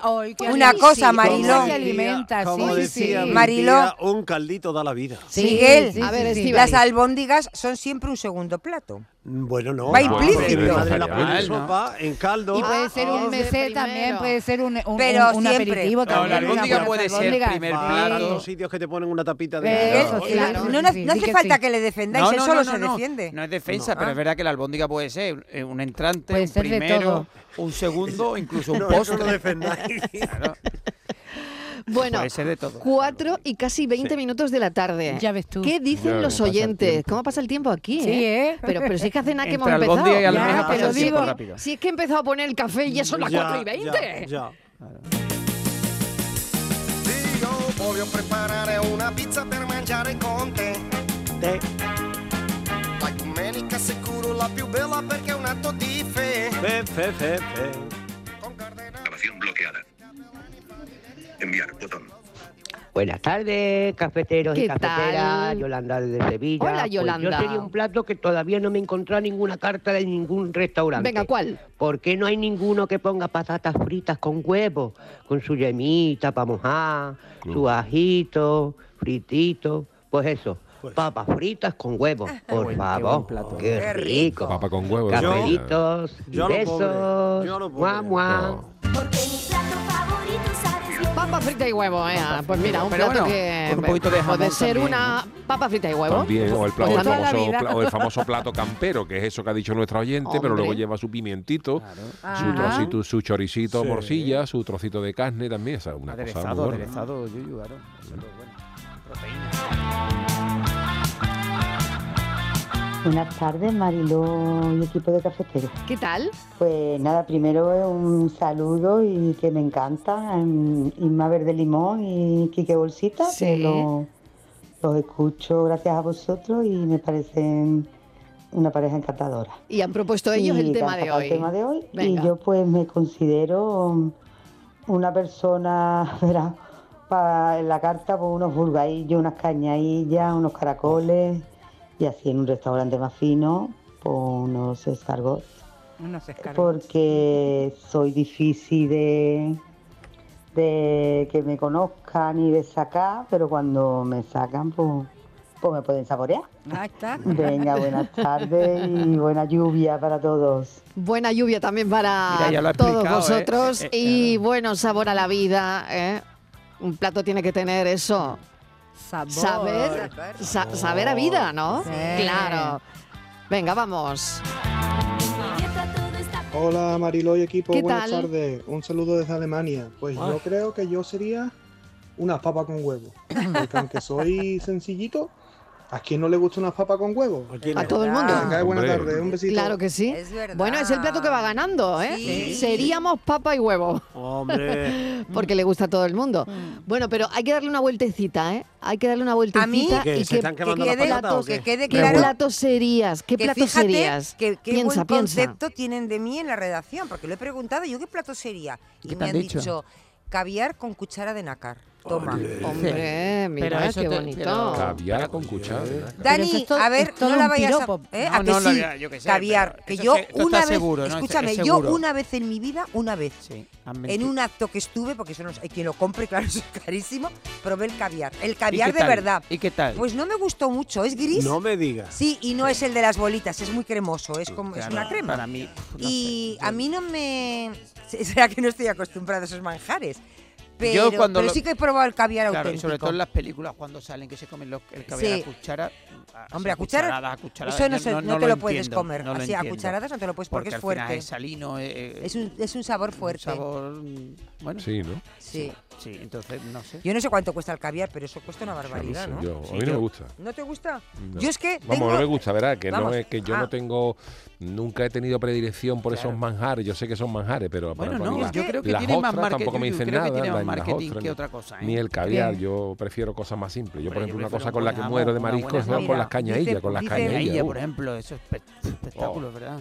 Speaker 9: una cosa, Mariló.
Speaker 6: Marilón. Se alimenta,
Speaker 7: Como
Speaker 6: sí,
Speaker 7: decía
Speaker 6: sí.
Speaker 7: mi
Speaker 9: Mariló.
Speaker 7: tía, un caldito da la vida.
Speaker 6: Sí,
Speaker 9: Miguel,
Speaker 6: sí,
Speaker 1: A
Speaker 6: sí,
Speaker 1: ver,
Speaker 6: sí.
Speaker 1: Estíbaliz.
Speaker 9: Las albóndigas son siempre un segundo plato.
Speaker 7: Mm, Bueno, no.
Speaker 9: Va
Speaker 7: no,
Speaker 9: implícito.
Speaker 7: porque mi madre la
Speaker 5: No,
Speaker 7: pone en
Speaker 8: no.
Speaker 7: sopa, en caldo.
Speaker 6: Y puede ser
Speaker 1: Ah,
Speaker 6: un mesé
Speaker 1: primero.
Speaker 6: también, puede ser un, un,
Speaker 9: Pero
Speaker 6: un- un
Speaker 9: siempre.
Speaker 6: aperitivo
Speaker 8: No,
Speaker 6: también.
Speaker 8: la
Speaker 6: una
Speaker 8: albóndiga
Speaker 6: buena
Speaker 8: puede ser
Speaker 6: albóndiga.
Speaker 8: primer
Speaker 6: Sí.
Speaker 7: Va a tantos
Speaker 8: plato.
Speaker 7: sitios que te ponen una tapita de...
Speaker 6: Eso,
Speaker 1: Claro,
Speaker 6: sí,
Speaker 1: claro.
Speaker 6: sí,
Speaker 9: No, no-
Speaker 6: sí,
Speaker 9: no
Speaker 6: di
Speaker 9: hace
Speaker 6: que
Speaker 9: falta
Speaker 6: sí.
Speaker 9: que le defendáis, él solo se defiende.
Speaker 8: No es defensa,
Speaker 9: No.
Speaker 8: pero
Speaker 9: Ah.
Speaker 8: es verdad que la albóndiga puede ser eh, un entrante,
Speaker 6: Puede
Speaker 8: un
Speaker 6: ser de
Speaker 8: primero,
Speaker 6: todo.
Speaker 8: un segundo, incluso un
Speaker 7: No, eso lo
Speaker 8: postre.
Speaker 7: defendáis.
Speaker 8: Claro,
Speaker 1: Bueno,
Speaker 8: puede ser de todo.
Speaker 1: cuatro y casi 20 minutos de la tarde.
Speaker 6: Ya ves tú.
Speaker 1: ¿Qué
Speaker 5: Ya
Speaker 1: dicen
Speaker 5: ves,
Speaker 1: los
Speaker 5: pasa el
Speaker 1: oyentes?
Speaker 5: tiempo.
Speaker 1: ¿Cómo pasa el tiempo aquí?
Speaker 6: Sí, ¿eh?
Speaker 1: Pero, pero si es que hace nada que hemos
Speaker 8: Entre albóndiga
Speaker 1: empezado.
Speaker 8: y almeja
Speaker 1: Ya,
Speaker 6: pasa
Speaker 1: pero
Speaker 6: el tiempo
Speaker 1: digo,
Speaker 8: rápido.
Speaker 1: Si es que he empezado a poner el café y ya son las
Speaker 7: Ya,
Speaker 1: 4 y 20.
Speaker 7: ya, ya.
Speaker 4: Io voglio preparare una pizza per mangiare con te.
Speaker 7: Te-
Speaker 4: La domenica sicuro la più bella perché è un atto di fede.
Speaker 7: fe, fe, fe, fe.
Speaker 11: Grabación bloqueada. Enviar botón.
Speaker 10: Buenas tardes, cafeteros
Speaker 1: ¿Qué
Speaker 10: y cafeteras.
Speaker 1: tal?
Speaker 10: Yolanda desde Sevilla.
Speaker 1: Hola,
Speaker 10: Pues
Speaker 1: Yolanda.
Speaker 10: yo sería un plato que todavía no me he encontrado ninguna carta de ningún restaurante.
Speaker 1: Venga, ¿cuál?
Speaker 10: ¿Por qué no hay ninguno que ponga patatas fritas con huevo? Con su yemita para mojar, su ajito, fritito. Pues eso, papas fritas con huevo.
Speaker 1: Ah.
Speaker 10: Por favor, qué,
Speaker 9: Qué rico.
Speaker 10: rico.
Speaker 5: Papa con huevo.
Speaker 10: Cafelitos,
Speaker 7: Yo a lo pobre,
Speaker 10: besos,
Speaker 7: yo a lo pobre.
Speaker 10: mua, mua.
Speaker 5: No.
Speaker 1: Papa frita y huevo, eh. Pues mira, un
Speaker 8: Pero
Speaker 1: plato
Speaker 8: bueno,
Speaker 1: que
Speaker 8: con un poquito de
Speaker 1: puede
Speaker 8: jamón
Speaker 1: ser
Speaker 8: también.
Speaker 1: una papa frita y huevo.
Speaker 5: También, o el, plato-
Speaker 1: Pues
Speaker 5: el
Speaker 1: toda
Speaker 6: la
Speaker 5: famoso,
Speaker 6: vida.
Speaker 5: pla- o el famoso plato campero, que es eso que ha dicho nuestra oyente, pero
Speaker 1: Hombre.
Speaker 5: luego lleva su pimientito, su,
Speaker 6: Ajá.
Speaker 5: trocito, su choricito,
Speaker 7: Sí.
Speaker 5: morcilla, su trocito de carne también. Esa es una cosa muy
Speaker 8: Aderezado,
Speaker 5: gorda.
Speaker 8: aderezado, Yuyu, claro. Eso es lo bueno. Proteína.
Speaker 12: Buenas tardes, Mariló y equipo de cafeteros.
Speaker 1: ¿Qué tal?
Speaker 12: Pues nada, primero eh, un saludo y que me encanta. em, Inma Verde Limón y Quique Bolsita, que
Speaker 1: Sí.
Speaker 12: lo- los escucho gracias a vosotros y me parecen una pareja encantadora.
Speaker 1: Y han propuesto ellos
Speaker 12: Y
Speaker 1: el tema de
Speaker 12: vamos al
Speaker 1: hoy.
Speaker 12: tema de hoy.
Speaker 1: Venga.
Speaker 12: Y yo pues me considero una persona, verá, pa- en la carta pues unos burgaillos, unas cañadillas, unos caracoles y así en un restaurante más fino, pues unos escargots.
Speaker 6: Unos escargos.
Speaker 12: Porque soy difícil de, de que me conozcan y de sacar, pero cuando me sacan pues, pues me pueden saborear.
Speaker 6: Ahí está.
Speaker 12: Venga, buenas tardes y buena lluvia para todos.
Speaker 1: Buena lluvia también para
Speaker 12: Mira, ya lo ha
Speaker 1: todos
Speaker 12: explicado, ¿eh?
Speaker 1: vosotros
Speaker 12: Eh,
Speaker 1: y bueno sabor a la vida. ¿eh? Un plato tiene que tener eso.
Speaker 6: Sabor.
Speaker 1: Saber, sa- saber a vida, ¿no? Claro. Venga, vamos.
Speaker 13: Hola Mariló y equipo,
Speaker 1: ¿Qué
Speaker 13: buenas
Speaker 1: tal?
Speaker 13: tardes. Un saludo desde Alemania. Pues
Speaker 1: Ah.
Speaker 13: yo creo que yo sería unas papas con huevo. Porque aunque soy sencillito, ¿a quién no le gusta unas papas con huevo?
Speaker 1: A todo el mundo.
Speaker 13: Venga, buenas tardes, un besito.
Speaker 1: Claro que sí. Bueno, es el plato que va ganando, ¿eh?
Speaker 13: Sí.
Speaker 1: Seríamos papa y huevo.
Speaker 7: Hombre.
Speaker 1: Porque le gusta a todo el mundo.
Speaker 9: Mm.
Speaker 1: Bueno, pero hay que darle una vueltecita, ¿eh? Hay que darle una vueltecita.
Speaker 9: mí?
Speaker 1: y
Speaker 9: ¿Qué, se están quemando
Speaker 1: qué
Speaker 9: las patatas
Speaker 1: platos-
Speaker 9: o qué? Que quede
Speaker 1: ¿Qué
Speaker 9: claro-
Speaker 1: platos serías? ¿Qué
Speaker 9: que
Speaker 1: platos
Speaker 9: fíjate
Speaker 1: serías?
Speaker 9: Que, qué
Speaker 1: piensa,
Speaker 9: buen
Speaker 1: piensa.
Speaker 9: concepto tienen de mí en la redacción, porque lo he preguntado yo qué plato sería. Y
Speaker 1: qué te
Speaker 9: me
Speaker 1: han
Speaker 9: han
Speaker 1: dicho?
Speaker 9: dicho? caviar con cuchara de nácar. Toma.
Speaker 1: Hombre, mira
Speaker 9: Pero eso
Speaker 1: qué
Speaker 9: te-
Speaker 1: bonito.
Speaker 9: pero-
Speaker 5: Caviar con cuchara. de nácar.
Speaker 9: Dani,
Speaker 6: es todo-
Speaker 9: a ver,
Speaker 6: es todo
Speaker 9: no la
Speaker 6: un
Speaker 9: vayas a,
Speaker 6: piropo.
Speaker 9: ¿eh?
Speaker 6: No,
Speaker 9: a que
Speaker 6: no, la
Speaker 9: sí,
Speaker 6: verdad, yo qué sé,
Speaker 9: caviar,
Speaker 6: pero
Speaker 9: que
Speaker 6: eso
Speaker 9: yo
Speaker 6: sí, esto
Speaker 9: una
Speaker 6: está
Speaker 9: vez,
Speaker 6: seguro, ¿no?
Speaker 9: escúchame,
Speaker 6: Es
Speaker 9: yo
Speaker 6: seguro.
Speaker 9: una vez en mi vida, una vez, en
Speaker 6: mentido.
Speaker 9: un acto que estuve, porque eso no, hay quien lo compre, claro, eso es carísimo, probé el caviar, el caviar
Speaker 7: qué
Speaker 9: de
Speaker 7: tal?
Speaker 9: verdad.
Speaker 7: ¿Y qué tal?
Speaker 9: Pues no me gustó mucho, es gris.
Speaker 7: No me digas.
Speaker 9: Sí, y no es el de las bolitas, es muy cremoso, es como es
Speaker 7: Claro,
Speaker 9: una crema.
Speaker 7: Para mí.
Speaker 9: Y a mí no me. Será que no estoy acostumbrada a esos manjares. Pero,
Speaker 7: Yo cuando
Speaker 9: pero
Speaker 7: lo-
Speaker 9: sí que he probado el caviar
Speaker 7: Claro, y
Speaker 9: auténtico.
Speaker 7: sobre todo en las películas cuando salen que se comen los, el caviar
Speaker 9: Sí.
Speaker 7: a cuchara.
Speaker 9: Hombre,
Speaker 7: así,
Speaker 9: a cuchara-
Speaker 7: cucharadas, a cucharadas,
Speaker 9: eso no
Speaker 7: yo
Speaker 9: se- no te lo puedes
Speaker 7: entiendo,
Speaker 9: comer,
Speaker 7: no lo
Speaker 9: así, a
Speaker 7: entiendo.
Speaker 9: cucharadas no te lo puedes porque es
Speaker 7: al final
Speaker 9: fuerte.
Speaker 7: es salino. eh,
Speaker 9: Es un, es un sabor fuerte.
Speaker 7: sabor, mm, bueno.
Speaker 5: Sí, ¿no?
Speaker 9: Sí.
Speaker 7: Sí, entonces no sé.
Speaker 9: Yo no sé cuánto cuesta el caviar, pero eso cuesta una barbaridad,
Speaker 5: sé,
Speaker 9: ¿no?
Speaker 5: yo- a mí no me gusta.
Speaker 9: ¿No te gusta?
Speaker 5: No.
Speaker 9: Yo es que.
Speaker 5: Vamos,
Speaker 9: tengo-
Speaker 5: no me gusta, ¿verdad? Que
Speaker 9: Vamos,
Speaker 5: no es que yo
Speaker 9: ah,
Speaker 5: no tengo. Nunca he tenido predilección por esos manjares. Yo sé que son manjares, pero.
Speaker 7: Bueno,
Speaker 5: para mí
Speaker 7: no,
Speaker 5: las-
Speaker 7: yo creo que
Speaker 5: las
Speaker 7: tiene más
Speaker 5: ostras
Speaker 7: market-
Speaker 5: Tampoco me
Speaker 7: yo
Speaker 5: dicen
Speaker 7: creo que
Speaker 5: nada.
Speaker 7: tiene más
Speaker 5: ni las
Speaker 7: marketing
Speaker 5: ostras,
Speaker 7: que
Speaker 5: ni-
Speaker 7: otra cosa, ¿eh?
Speaker 5: Ni el caviar.
Speaker 7: Bien.
Speaker 5: Yo prefiero cosas más simples. Yo, por
Speaker 7: Hombre,
Speaker 5: ejemplo,
Speaker 7: yo
Speaker 5: una
Speaker 7: prefiero
Speaker 5: cosa
Speaker 7: un
Speaker 5: con la que
Speaker 7: buen jamón,
Speaker 5: muero
Speaker 7: una
Speaker 5: de
Speaker 7: buena
Speaker 5: mariscos son con
Speaker 7: comida.
Speaker 5: las cañadillas.
Speaker 7: Dice-
Speaker 5: Con las
Speaker 7: dice- Cañadilla,
Speaker 5: cañadillas.
Speaker 7: por
Speaker 5: uh.
Speaker 7: ejemplo, eso es espe- espectáculo,
Speaker 5: Oh.
Speaker 7: ¿verdad?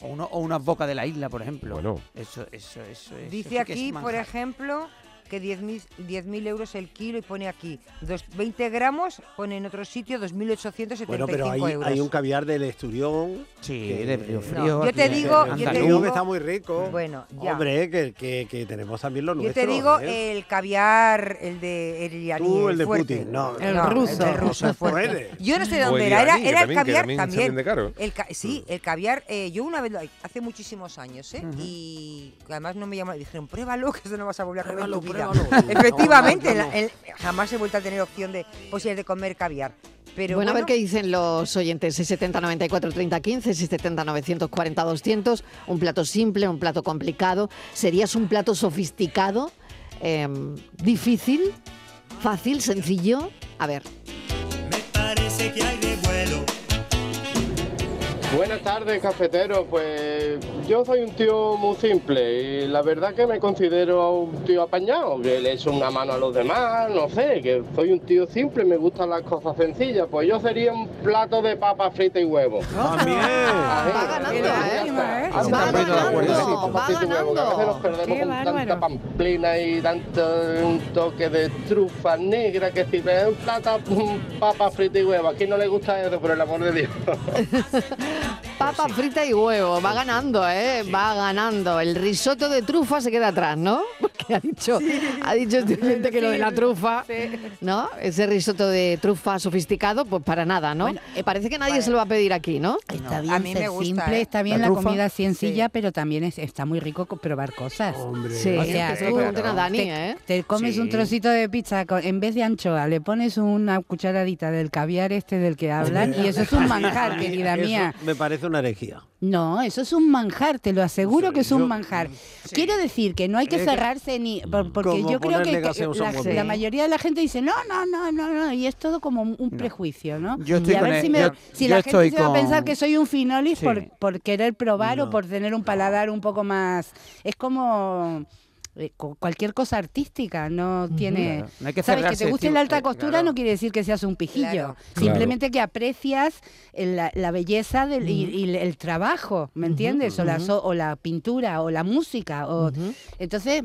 Speaker 7: O, uno- o unas bocas de la isla, por ejemplo.
Speaker 5: Mm. Bueno.
Speaker 7: Eso, eso, eso. eso sí
Speaker 9: Dice
Speaker 7: que es
Speaker 9: aquí, por
Speaker 7: manjar.
Speaker 9: ejemplo, que 10.000 10.000 euros el kilo y pone aquí dos- 20 gramos, pone en otro sitio 2.875
Speaker 7: Bueno, pero
Speaker 9: euros.
Speaker 7: hay-
Speaker 9: Bueno,
Speaker 7: hay un un
Speaker 9: pero
Speaker 7: ca- Caviar del esturión. Sí, de frío frío.
Speaker 9: yo te digo- yo te digo-
Speaker 7: que está muy rico.
Speaker 9: Bueno, ya.
Speaker 7: Hombre, que, que, que tenemos también los
Speaker 9: Yo
Speaker 7: nuestros.
Speaker 9: te digo
Speaker 7: ¿eh?
Speaker 9: el caviar, el de el iraní,
Speaker 7: Tú, el de
Speaker 9: fuerte.
Speaker 7: Putin, no.
Speaker 9: El
Speaker 7: No,
Speaker 9: ruso.
Speaker 7: el ruso es
Speaker 9: fuerte.
Speaker 7: fuerte.
Speaker 9: Yo no sé de
Speaker 7: O
Speaker 9: dónde
Speaker 7: el
Speaker 9: era, era,
Speaker 7: iraní, que
Speaker 9: era el
Speaker 7: también- que
Speaker 9: caviar
Speaker 7: también se
Speaker 9: también.
Speaker 7: vende caro. Mm.
Speaker 9: El ca- sí, el caviar, eh, yo una vez, lo- hace muchísimos años, ¿eh? y además no me llamaron, dijeron, pruébalo, que eso no vas a volver a comer en tu vida.
Speaker 12: pruébalo.
Speaker 9: Efectivamente,
Speaker 12: No, no, no.
Speaker 9: el- el- jamás he vuelto a tener opción de posibilidad de comer caviar. Pero bueno,
Speaker 1: bueno, a ver qué dicen los oyentes. 670 94 30 15, 670 940 200. Un plato simple, un plato complicado. ¿Serías un plato sofisticado? Em, ¿Difícil? ¿Fácil? ¿Sencillo? A ver.
Speaker 9: Pues
Speaker 14: Parece que hay de vuelo.
Speaker 15: Buenas tardes, cafetero. Pues yo soy un tío muy simple y la verdad que me considero un tío apañado, que le echo una mano a los demás, no sé, que soy un tío simple, me gustan las cosas sencillas. Pues yo sería un plato de papa frita y huevo. Ah, ¡También! Va ganando, ¿eh? Va ganando, va ganando. A veces nos perdemos con tanta pamplina y tanto un toque de trufa negra que si es un plato, pum, papa frita y huevo. ¿A quién no le gusta eso, por el amor de Dios?
Speaker 1: Papa frita y huevo, va ganando, ¿eh? Va ganando. El risotto de trufa se queda atrás, ¿no? Porque ha dicho, ha dicho este oyente que lo de la trufa, ¿no? Ese risotto de trufa sofisticado, pues para nada, ¿no? Eh, Parece que nadie se lo va a pedir aquí, ¿no?
Speaker 6: Está bien ser simple,
Speaker 1: ¿eh?
Speaker 6: está bien la, comida sencilla, pero también es- está muy rico co- probar cosas.
Speaker 1: Sí, que se lo
Speaker 6: tú
Speaker 1: pregunten a Dani,
Speaker 6: te,
Speaker 1: ¿eh?
Speaker 6: te comes un
Speaker 1: Sí.
Speaker 6: trocito de pizza con- en vez de anchoa, le pones una cucharadita del caviar este del que hablan y eso es un manjar, querida
Speaker 7: Eso
Speaker 6: mía.
Speaker 7: Me parece una herejía.
Speaker 6: No, eso es un manjar, te lo aseguro que es un
Speaker 7: yo-
Speaker 6: manjar.
Speaker 8: mm,
Speaker 6: Quiero decir que no hay que
Speaker 8: Eh,
Speaker 7: Es que-
Speaker 6: cerrarse ni... por- Porque
Speaker 7: Como
Speaker 6: yo creo que
Speaker 7: ponerle
Speaker 6: que
Speaker 7: gaseosa a
Speaker 6: la,
Speaker 7: un huevo.
Speaker 6: la mayoría de la gente dice, no, no, no, no, no, y es todo como un prejuicio, ¿no?
Speaker 8: Yo estoy
Speaker 6: y a
Speaker 8: con
Speaker 6: ver
Speaker 8: el-
Speaker 6: si, me-
Speaker 8: yo-
Speaker 6: si
Speaker 8: yo
Speaker 6: la gente
Speaker 8: estoy
Speaker 6: se va a
Speaker 8: con-
Speaker 6: pensar que soy un finolis
Speaker 8: Sí.
Speaker 6: por, por querer probar o por tener un paladar un poco más... Es como... eh, cu- Cualquier cosa artística no tiene.
Speaker 8: Claro, no hay que
Speaker 6: Sabes que
Speaker 8: cerrarse,
Speaker 6: te guste
Speaker 8: tío,
Speaker 6: la
Speaker 8: eh,
Speaker 6: alta costura
Speaker 8: claro.
Speaker 6: no quiere decir que seas un pijillo.
Speaker 8: Claro.
Speaker 6: Simplemente simplemente que aprecias el- la, la belleza del, y, y el- el trabajo, ¿me entiendes? o, la,
Speaker 8: ujú.
Speaker 6: so- o la pintura, o la música. O, Entonces,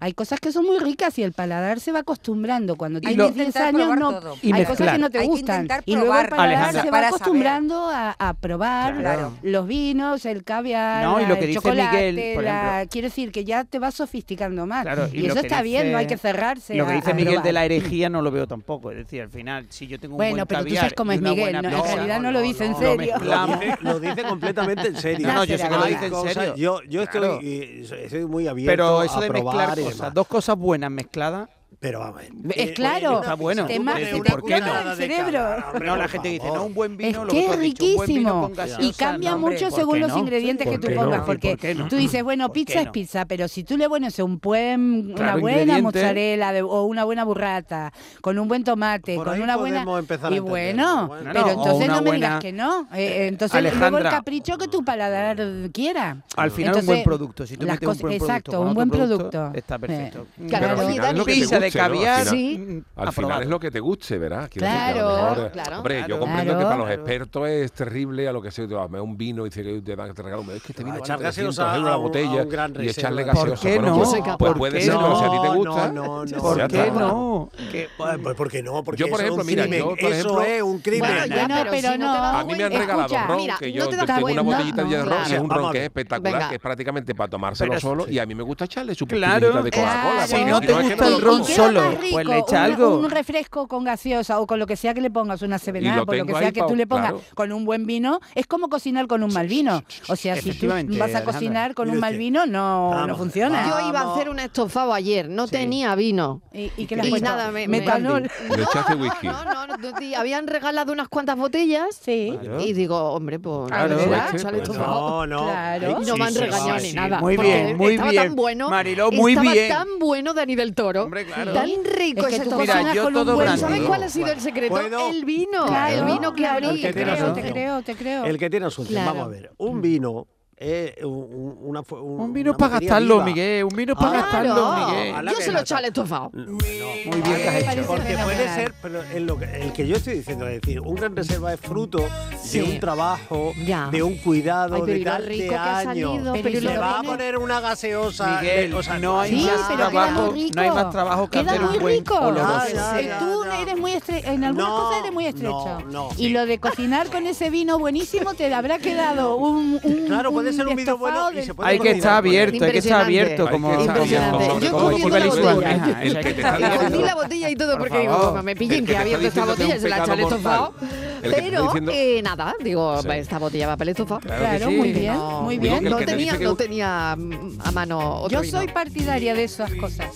Speaker 6: hay cosas que son muy ricas y el paladar se va acostumbrando. Cuando
Speaker 9: Hay
Speaker 6: tienes
Speaker 9: que
Speaker 6: 10
Speaker 9: intentar
Speaker 6: años,
Speaker 9: probar
Speaker 6: no,
Speaker 9: todo.
Speaker 6: hay
Speaker 8: Y
Speaker 6: cosas que
Speaker 8: mezclar.
Speaker 6: no te
Speaker 9: Hay que
Speaker 6: gustan.
Speaker 9: intentar
Speaker 6: y luego el
Speaker 9: probar
Speaker 6: paladar
Speaker 8: Alejandra.
Speaker 6: se va
Speaker 9: para saber.
Speaker 6: acostumbrando a, a probar
Speaker 9: Claro.
Speaker 6: los vinos, el caviar,
Speaker 8: No, y lo
Speaker 6: la-
Speaker 8: que
Speaker 6: el
Speaker 8: dice
Speaker 6: chocolate.
Speaker 8: Miguel, por
Speaker 6: la-
Speaker 8: ejemplo.
Speaker 6: quiero decir que ya te vas sofisticando más.
Speaker 8: Claro,
Speaker 6: y
Speaker 8: lo
Speaker 6: eso
Speaker 8: que
Speaker 6: está bien, no hay
Speaker 8: dice-
Speaker 6: que cerrarse.
Speaker 8: Lo que
Speaker 6: a-
Speaker 8: dice
Speaker 6: a
Speaker 8: Miguel de
Speaker 6: probar.
Speaker 8: la herejía no lo veo tampoco. Es decir, al final, si yo tengo un
Speaker 6: Bueno,
Speaker 8: buen
Speaker 6: pero tú
Speaker 8: caviar
Speaker 6: sabes cómo
Speaker 8: y
Speaker 6: es
Speaker 8: una
Speaker 6: Miguel,
Speaker 8: buena
Speaker 6: no, en
Speaker 8: pizza,
Speaker 6: realidad no lo dice en
Speaker 8: lo
Speaker 6: serio.
Speaker 8: mezclamos.
Speaker 7: Lo dice completamente en serio.
Speaker 8: No, no, yo sé que lo
Speaker 7: Hay
Speaker 8: dice en
Speaker 7: cosas-
Speaker 8: serio.
Speaker 7: Yo, yo estoy,
Speaker 8: Claro.
Speaker 7: eh, soy- soy muy abierto
Speaker 8: Pero eso
Speaker 7: a
Speaker 8: de
Speaker 7: probar
Speaker 8: mezclar
Speaker 7: y
Speaker 8: cosas,
Speaker 7: demás.
Speaker 8: dos cosas buenas mezcladas.
Speaker 7: Pero a ver. eh,
Speaker 6: Es claro,
Speaker 8: está bueno.
Speaker 6: te ma-
Speaker 8: Es
Speaker 6: te
Speaker 8: decir, ¿por qué
Speaker 6: curaba
Speaker 8: no?
Speaker 6: el cerebro.
Speaker 8: No, la gente dice, no, un buen
Speaker 6: Es
Speaker 8: vino, lo
Speaker 6: que
Speaker 8: tú
Speaker 6: es
Speaker 8: has dicho, un buen vino
Speaker 6: riquísimo
Speaker 8: con
Speaker 6: y
Speaker 8: gaseosa,
Speaker 6: cambia
Speaker 8: no, hombre,
Speaker 6: mucho
Speaker 8: ¿por qué
Speaker 6: según los
Speaker 8: no?
Speaker 6: ingredientes
Speaker 8: ¿Por
Speaker 6: que tú
Speaker 8: qué no?
Speaker 6: pongas,
Speaker 8: ¿Y por
Speaker 6: porque
Speaker 8: qué no?
Speaker 6: tú dices, bueno, pizza es
Speaker 8: no?
Speaker 6: pizza, pero si tú le pones un buen, una
Speaker 8: Claro,
Speaker 6: buena
Speaker 8: ingrediente.
Speaker 6: mozzarella de- o una buena burrata, con un buen tomate,
Speaker 7: Por
Speaker 6: con
Speaker 7: ahí
Speaker 6: una buena...
Speaker 7: podemos empezar a
Speaker 6: Y
Speaker 7: entender,
Speaker 6: bueno,
Speaker 7: bueno.
Speaker 6: pero
Speaker 8: ¿eh? No, o
Speaker 6: entonces
Speaker 8: una
Speaker 6: no me
Speaker 8: buena-
Speaker 6: digas que no. Eh, eh, entonces luego el
Speaker 8: Alejandra.
Speaker 6: capricho que tu paladar eh, quiera.
Speaker 8: Al final un buen
Speaker 6: Entonces,
Speaker 8: producto. Si tú
Speaker 6: las
Speaker 8: metes un
Speaker 6: cosas-
Speaker 8: buen producto
Speaker 6: Exacto,
Speaker 8: con
Speaker 6: un
Speaker 8: otro
Speaker 6: buen
Speaker 8: producto,
Speaker 6: producto.
Speaker 8: está
Speaker 6: Eh,
Speaker 8: perfecto.
Speaker 5: Pero al
Speaker 6: Oye,
Speaker 5: final
Speaker 6: Dani,
Speaker 5: es lo que te
Speaker 8: pizza de
Speaker 5: guste, ¿no? Al
Speaker 8: caviar,
Speaker 5: final-
Speaker 8: sí.
Speaker 5: Al final
Speaker 8: Aprobado.
Speaker 5: es lo que te guste, ¿verdad? Quiero decir que a lo
Speaker 6: Claro,
Speaker 5: mejor-
Speaker 6: claro.
Speaker 5: Hombre, yo
Speaker 6: Claro.
Speaker 5: comprendo que
Speaker 6: Claro.
Speaker 5: para los expertos es terrible a lo que se te me un vino y dice que te dan te regalan, es que este
Speaker 7: Va,
Speaker 5: vino vale
Speaker 7: echar
Speaker 5: 300
Speaker 7: gaseosa
Speaker 5: euros la
Speaker 7: a un- a
Speaker 5: botella
Speaker 7: un gran
Speaker 5: y
Speaker 7: reserva.
Speaker 5: echarle
Speaker 7: ¿Por
Speaker 5: gaseosa.
Speaker 8: qué
Speaker 5: Bueno,
Speaker 8: no?
Speaker 5: pues- Pues
Speaker 8: ¿Por
Speaker 5: puede
Speaker 8: qué
Speaker 5: ser, pero si a ti te
Speaker 7: no?
Speaker 5: gusta.
Speaker 7: No, no, no.
Speaker 5: pues ya
Speaker 8: ¿Por qué
Speaker 5: está.
Speaker 8: no?
Speaker 7: Que- Pues porque no, porque
Speaker 5: Yo, por
Speaker 7: eso
Speaker 5: ejemplo,
Speaker 7: es un
Speaker 5: mira,
Speaker 7: crimen.
Speaker 5: yo, por
Speaker 7: eso
Speaker 5: ejemplo-
Speaker 7: es un crimen.
Speaker 1: Bueno, ya,
Speaker 6: Bueno,
Speaker 1: pero,
Speaker 6: pero
Speaker 1: si no,
Speaker 6: no.
Speaker 1: te das
Speaker 5: A mí me han
Speaker 1: cuenta-
Speaker 5: regalado
Speaker 1: Escucha,
Speaker 5: ron,
Speaker 1: mira,
Speaker 5: que
Speaker 1: no
Speaker 5: yo
Speaker 1: te das
Speaker 5: tengo una
Speaker 1: cuenta.
Speaker 5: botellita de ron,
Speaker 7: Claro.
Speaker 5: que es un
Speaker 7: Vamos
Speaker 5: ron
Speaker 7: a
Speaker 5: que es
Speaker 7: ver.
Speaker 5: espectacular,
Speaker 1: Venga.
Speaker 5: que es prácticamente para tomárselo
Speaker 8: Pero-
Speaker 5: solo,
Speaker 8: sí.
Speaker 5: y a mí me gusta echarle su
Speaker 8: Claro.
Speaker 5: pipinita de Coca-Cola.
Speaker 8: Claro. Si
Speaker 5: porque
Speaker 8: no te
Speaker 5: es que
Speaker 8: gusta
Speaker 5: me
Speaker 8: el ron
Speaker 5: tomo.
Speaker 6: queda
Speaker 8: solo,
Speaker 6: más
Speaker 8: pues le echa
Speaker 6: una-
Speaker 8: algo.
Speaker 6: Un refresco con gaseosa o con lo que sea que le pongas, una
Speaker 5: Y lo
Speaker 6: cebenada, por lo que
Speaker 5: tengo
Speaker 6: sea
Speaker 5: ahí
Speaker 6: que
Speaker 5: pa-
Speaker 6: tú le pongas,
Speaker 5: claro.
Speaker 6: con un buen vino, es como cocinar con un mal vino. O sea, si tú
Speaker 8: Efectivamente,
Speaker 6: vas a
Speaker 8: Alejandra.
Speaker 6: cocinar con un
Speaker 7: Mire
Speaker 6: mal
Speaker 7: usted.
Speaker 6: vino, no, no
Speaker 7: Vamos,
Speaker 6: funciona.
Speaker 7: vamos.
Speaker 1: Yo iba a hacer un estofado ayer, no tenía vino.
Speaker 6: ¿Y, y qué
Speaker 1: Y
Speaker 6: le has puesto?
Speaker 1: nada, me- me-
Speaker 6: Metanol.
Speaker 5: Le echaste whisky.
Speaker 1: No, no, no, no, y habían regalado unas cuantas botellas
Speaker 6: Sí.
Speaker 8: Claro.
Speaker 1: y digo, hombre, pues
Speaker 6: Claro.
Speaker 1: ¿verdad?
Speaker 5: Pues,
Speaker 1: Échale
Speaker 5: pues,
Speaker 1: estofado.
Speaker 7: No, no.
Speaker 6: Claro.
Speaker 7: Ay,
Speaker 1: No
Speaker 7: sí,
Speaker 1: me han
Speaker 7: sí,
Speaker 1: regañado
Speaker 7: sí,
Speaker 1: ni
Speaker 7: sí.
Speaker 1: nada.
Speaker 8: Muy
Speaker 1: porque
Speaker 8: bien, muy
Speaker 1: estaba
Speaker 8: bien.
Speaker 1: tan bueno.
Speaker 8: Mariló, muy
Speaker 1: estaba
Speaker 8: bien.
Speaker 1: tan bueno Dani del Toro.
Speaker 8: Hombre, claro.
Speaker 1: Tan rico
Speaker 6: Es que
Speaker 1: ese
Speaker 6: tú
Speaker 1: estofado.
Speaker 8: Mira, cocinas yo con un todo buen
Speaker 1: Pero
Speaker 8: grande.
Speaker 1: ¿Sabes cuál ha sido
Speaker 7: Bueno,
Speaker 1: el secreto?
Speaker 7: ¿puedo?
Speaker 1: El vino.
Speaker 6: Claro,
Speaker 1: el vino que
Speaker 6: claro,
Speaker 1: abrí.
Speaker 6: te
Speaker 7: que tiene
Speaker 6: creo, te
Speaker 7: razón.
Speaker 6: creo, te creo.
Speaker 7: El que tiene asunto.
Speaker 1: Claro.
Speaker 7: Vamos a ver. Un vino es un, un- una fu- un-
Speaker 8: Un vino
Speaker 7: una
Speaker 8: para
Speaker 7: materia
Speaker 8: gastarlo,
Speaker 7: viva.
Speaker 8: Miguel. Un vino
Speaker 7: Ah,
Speaker 8: para gastarlo,
Speaker 1: Claro.
Speaker 8: Miguel.
Speaker 7: Ojalá
Speaker 1: Yo
Speaker 7: que
Speaker 1: se lo
Speaker 7: no.
Speaker 1: eché al estofado.
Speaker 7: No,
Speaker 8: Muy bien que has
Speaker 6: Me
Speaker 8: hecho.
Speaker 6: parece
Speaker 7: Porque puede
Speaker 6: fenomenal.
Speaker 7: ser, pero en lo que, el que yo estoy diciendo, es decir, un gran reserva es fruto
Speaker 1: Sí.
Speaker 7: de un trabajo,
Speaker 1: Ya.
Speaker 7: de un cuidado,
Speaker 1: Ay, pero y
Speaker 7: de
Speaker 1: lo
Speaker 7: tal
Speaker 1: rico
Speaker 7: de
Speaker 1: que ha salido,
Speaker 7: años.
Speaker 1: pero
Speaker 6: y
Speaker 7: se
Speaker 6: lo
Speaker 7: va a
Speaker 6: bien-
Speaker 7: poner una gaseosa. eh,
Speaker 8: Miguel,
Speaker 7: de- o sea,
Speaker 8: no hay,
Speaker 6: Sí,
Speaker 8: más
Speaker 6: pero queda
Speaker 8: trabajo,
Speaker 6: muy rico.
Speaker 8: no hay más trabajo que
Speaker 6: Queda
Speaker 8: hacer
Speaker 6: muy
Speaker 8: un buen
Speaker 6: rico.
Speaker 8: oloroso.
Speaker 7: Ya,
Speaker 6: Eh,
Speaker 7: ya,
Speaker 6: tú
Speaker 7: ya.
Speaker 6: eres muy estre- en algunas
Speaker 7: No,
Speaker 6: cosas eres muy estrecho.
Speaker 7: no, no.
Speaker 6: y lo de cocinar con ese vino buenísimo te habrá quedado un, un
Speaker 7: Claro, puede ser un vino
Speaker 6: estofado
Speaker 7: bueno y
Speaker 6: del-
Speaker 7: se puede
Speaker 8: Hay que
Speaker 7: cocinar
Speaker 8: estar
Speaker 7: con él.
Speaker 8: abierto, hay que estar abierto,
Speaker 5: Hay
Speaker 8: como
Speaker 5: que estar
Speaker 1: Impresionante.
Speaker 5: abierto, sobre
Speaker 1: Yo
Speaker 5: todo.
Speaker 8: como
Speaker 1: comiendo
Speaker 8: Estíbaliz
Speaker 1: la
Speaker 8: con
Speaker 1: botella.
Speaker 8: almeja,
Speaker 5: El
Speaker 8: eso hay
Speaker 5: que
Speaker 8: que
Speaker 5: te
Speaker 8: estar
Speaker 5: está
Speaker 1: Y
Speaker 8: abierto.
Speaker 1: Cogí
Speaker 5: diciendo-
Speaker 1: la botella y todo
Speaker 8: Por
Speaker 1: porque digo,
Speaker 8: favor.
Speaker 1: "Mamá, me
Speaker 5: El
Speaker 1: pillen
Speaker 5: que
Speaker 1: que ha
Speaker 5: te
Speaker 1: abierto
Speaker 5: está
Speaker 1: esta
Speaker 5: diciendo que
Speaker 1: botella,
Speaker 5: es un
Speaker 1: se la echa al
Speaker 5: pecado
Speaker 1: estofado.
Speaker 5: mortal. El que te está
Speaker 1: Pero,
Speaker 5: diciendo-
Speaker 1: eh, nada, digo,
Speaker 5: Sí.
Speaker 1: esta botella va para el estofado.
Speaker 6: Claro,
Speaker 8: que sí.
Speaker 6: muy bien,
Speaker 1: No,
Speaker 6: muy
Speaker 5: Digo
Speaker 6: bien.
Speaker 5: que el
Speaker 1: No
Speaker 5: que te
Speaker 1: tenía,
Speaker 5: dice que-
Speaker 1: no tenía mm, a mano otro
Speaker 6: Yo
Speaker 1: vino.
Speaker 6: soy partidaria de esas cosas.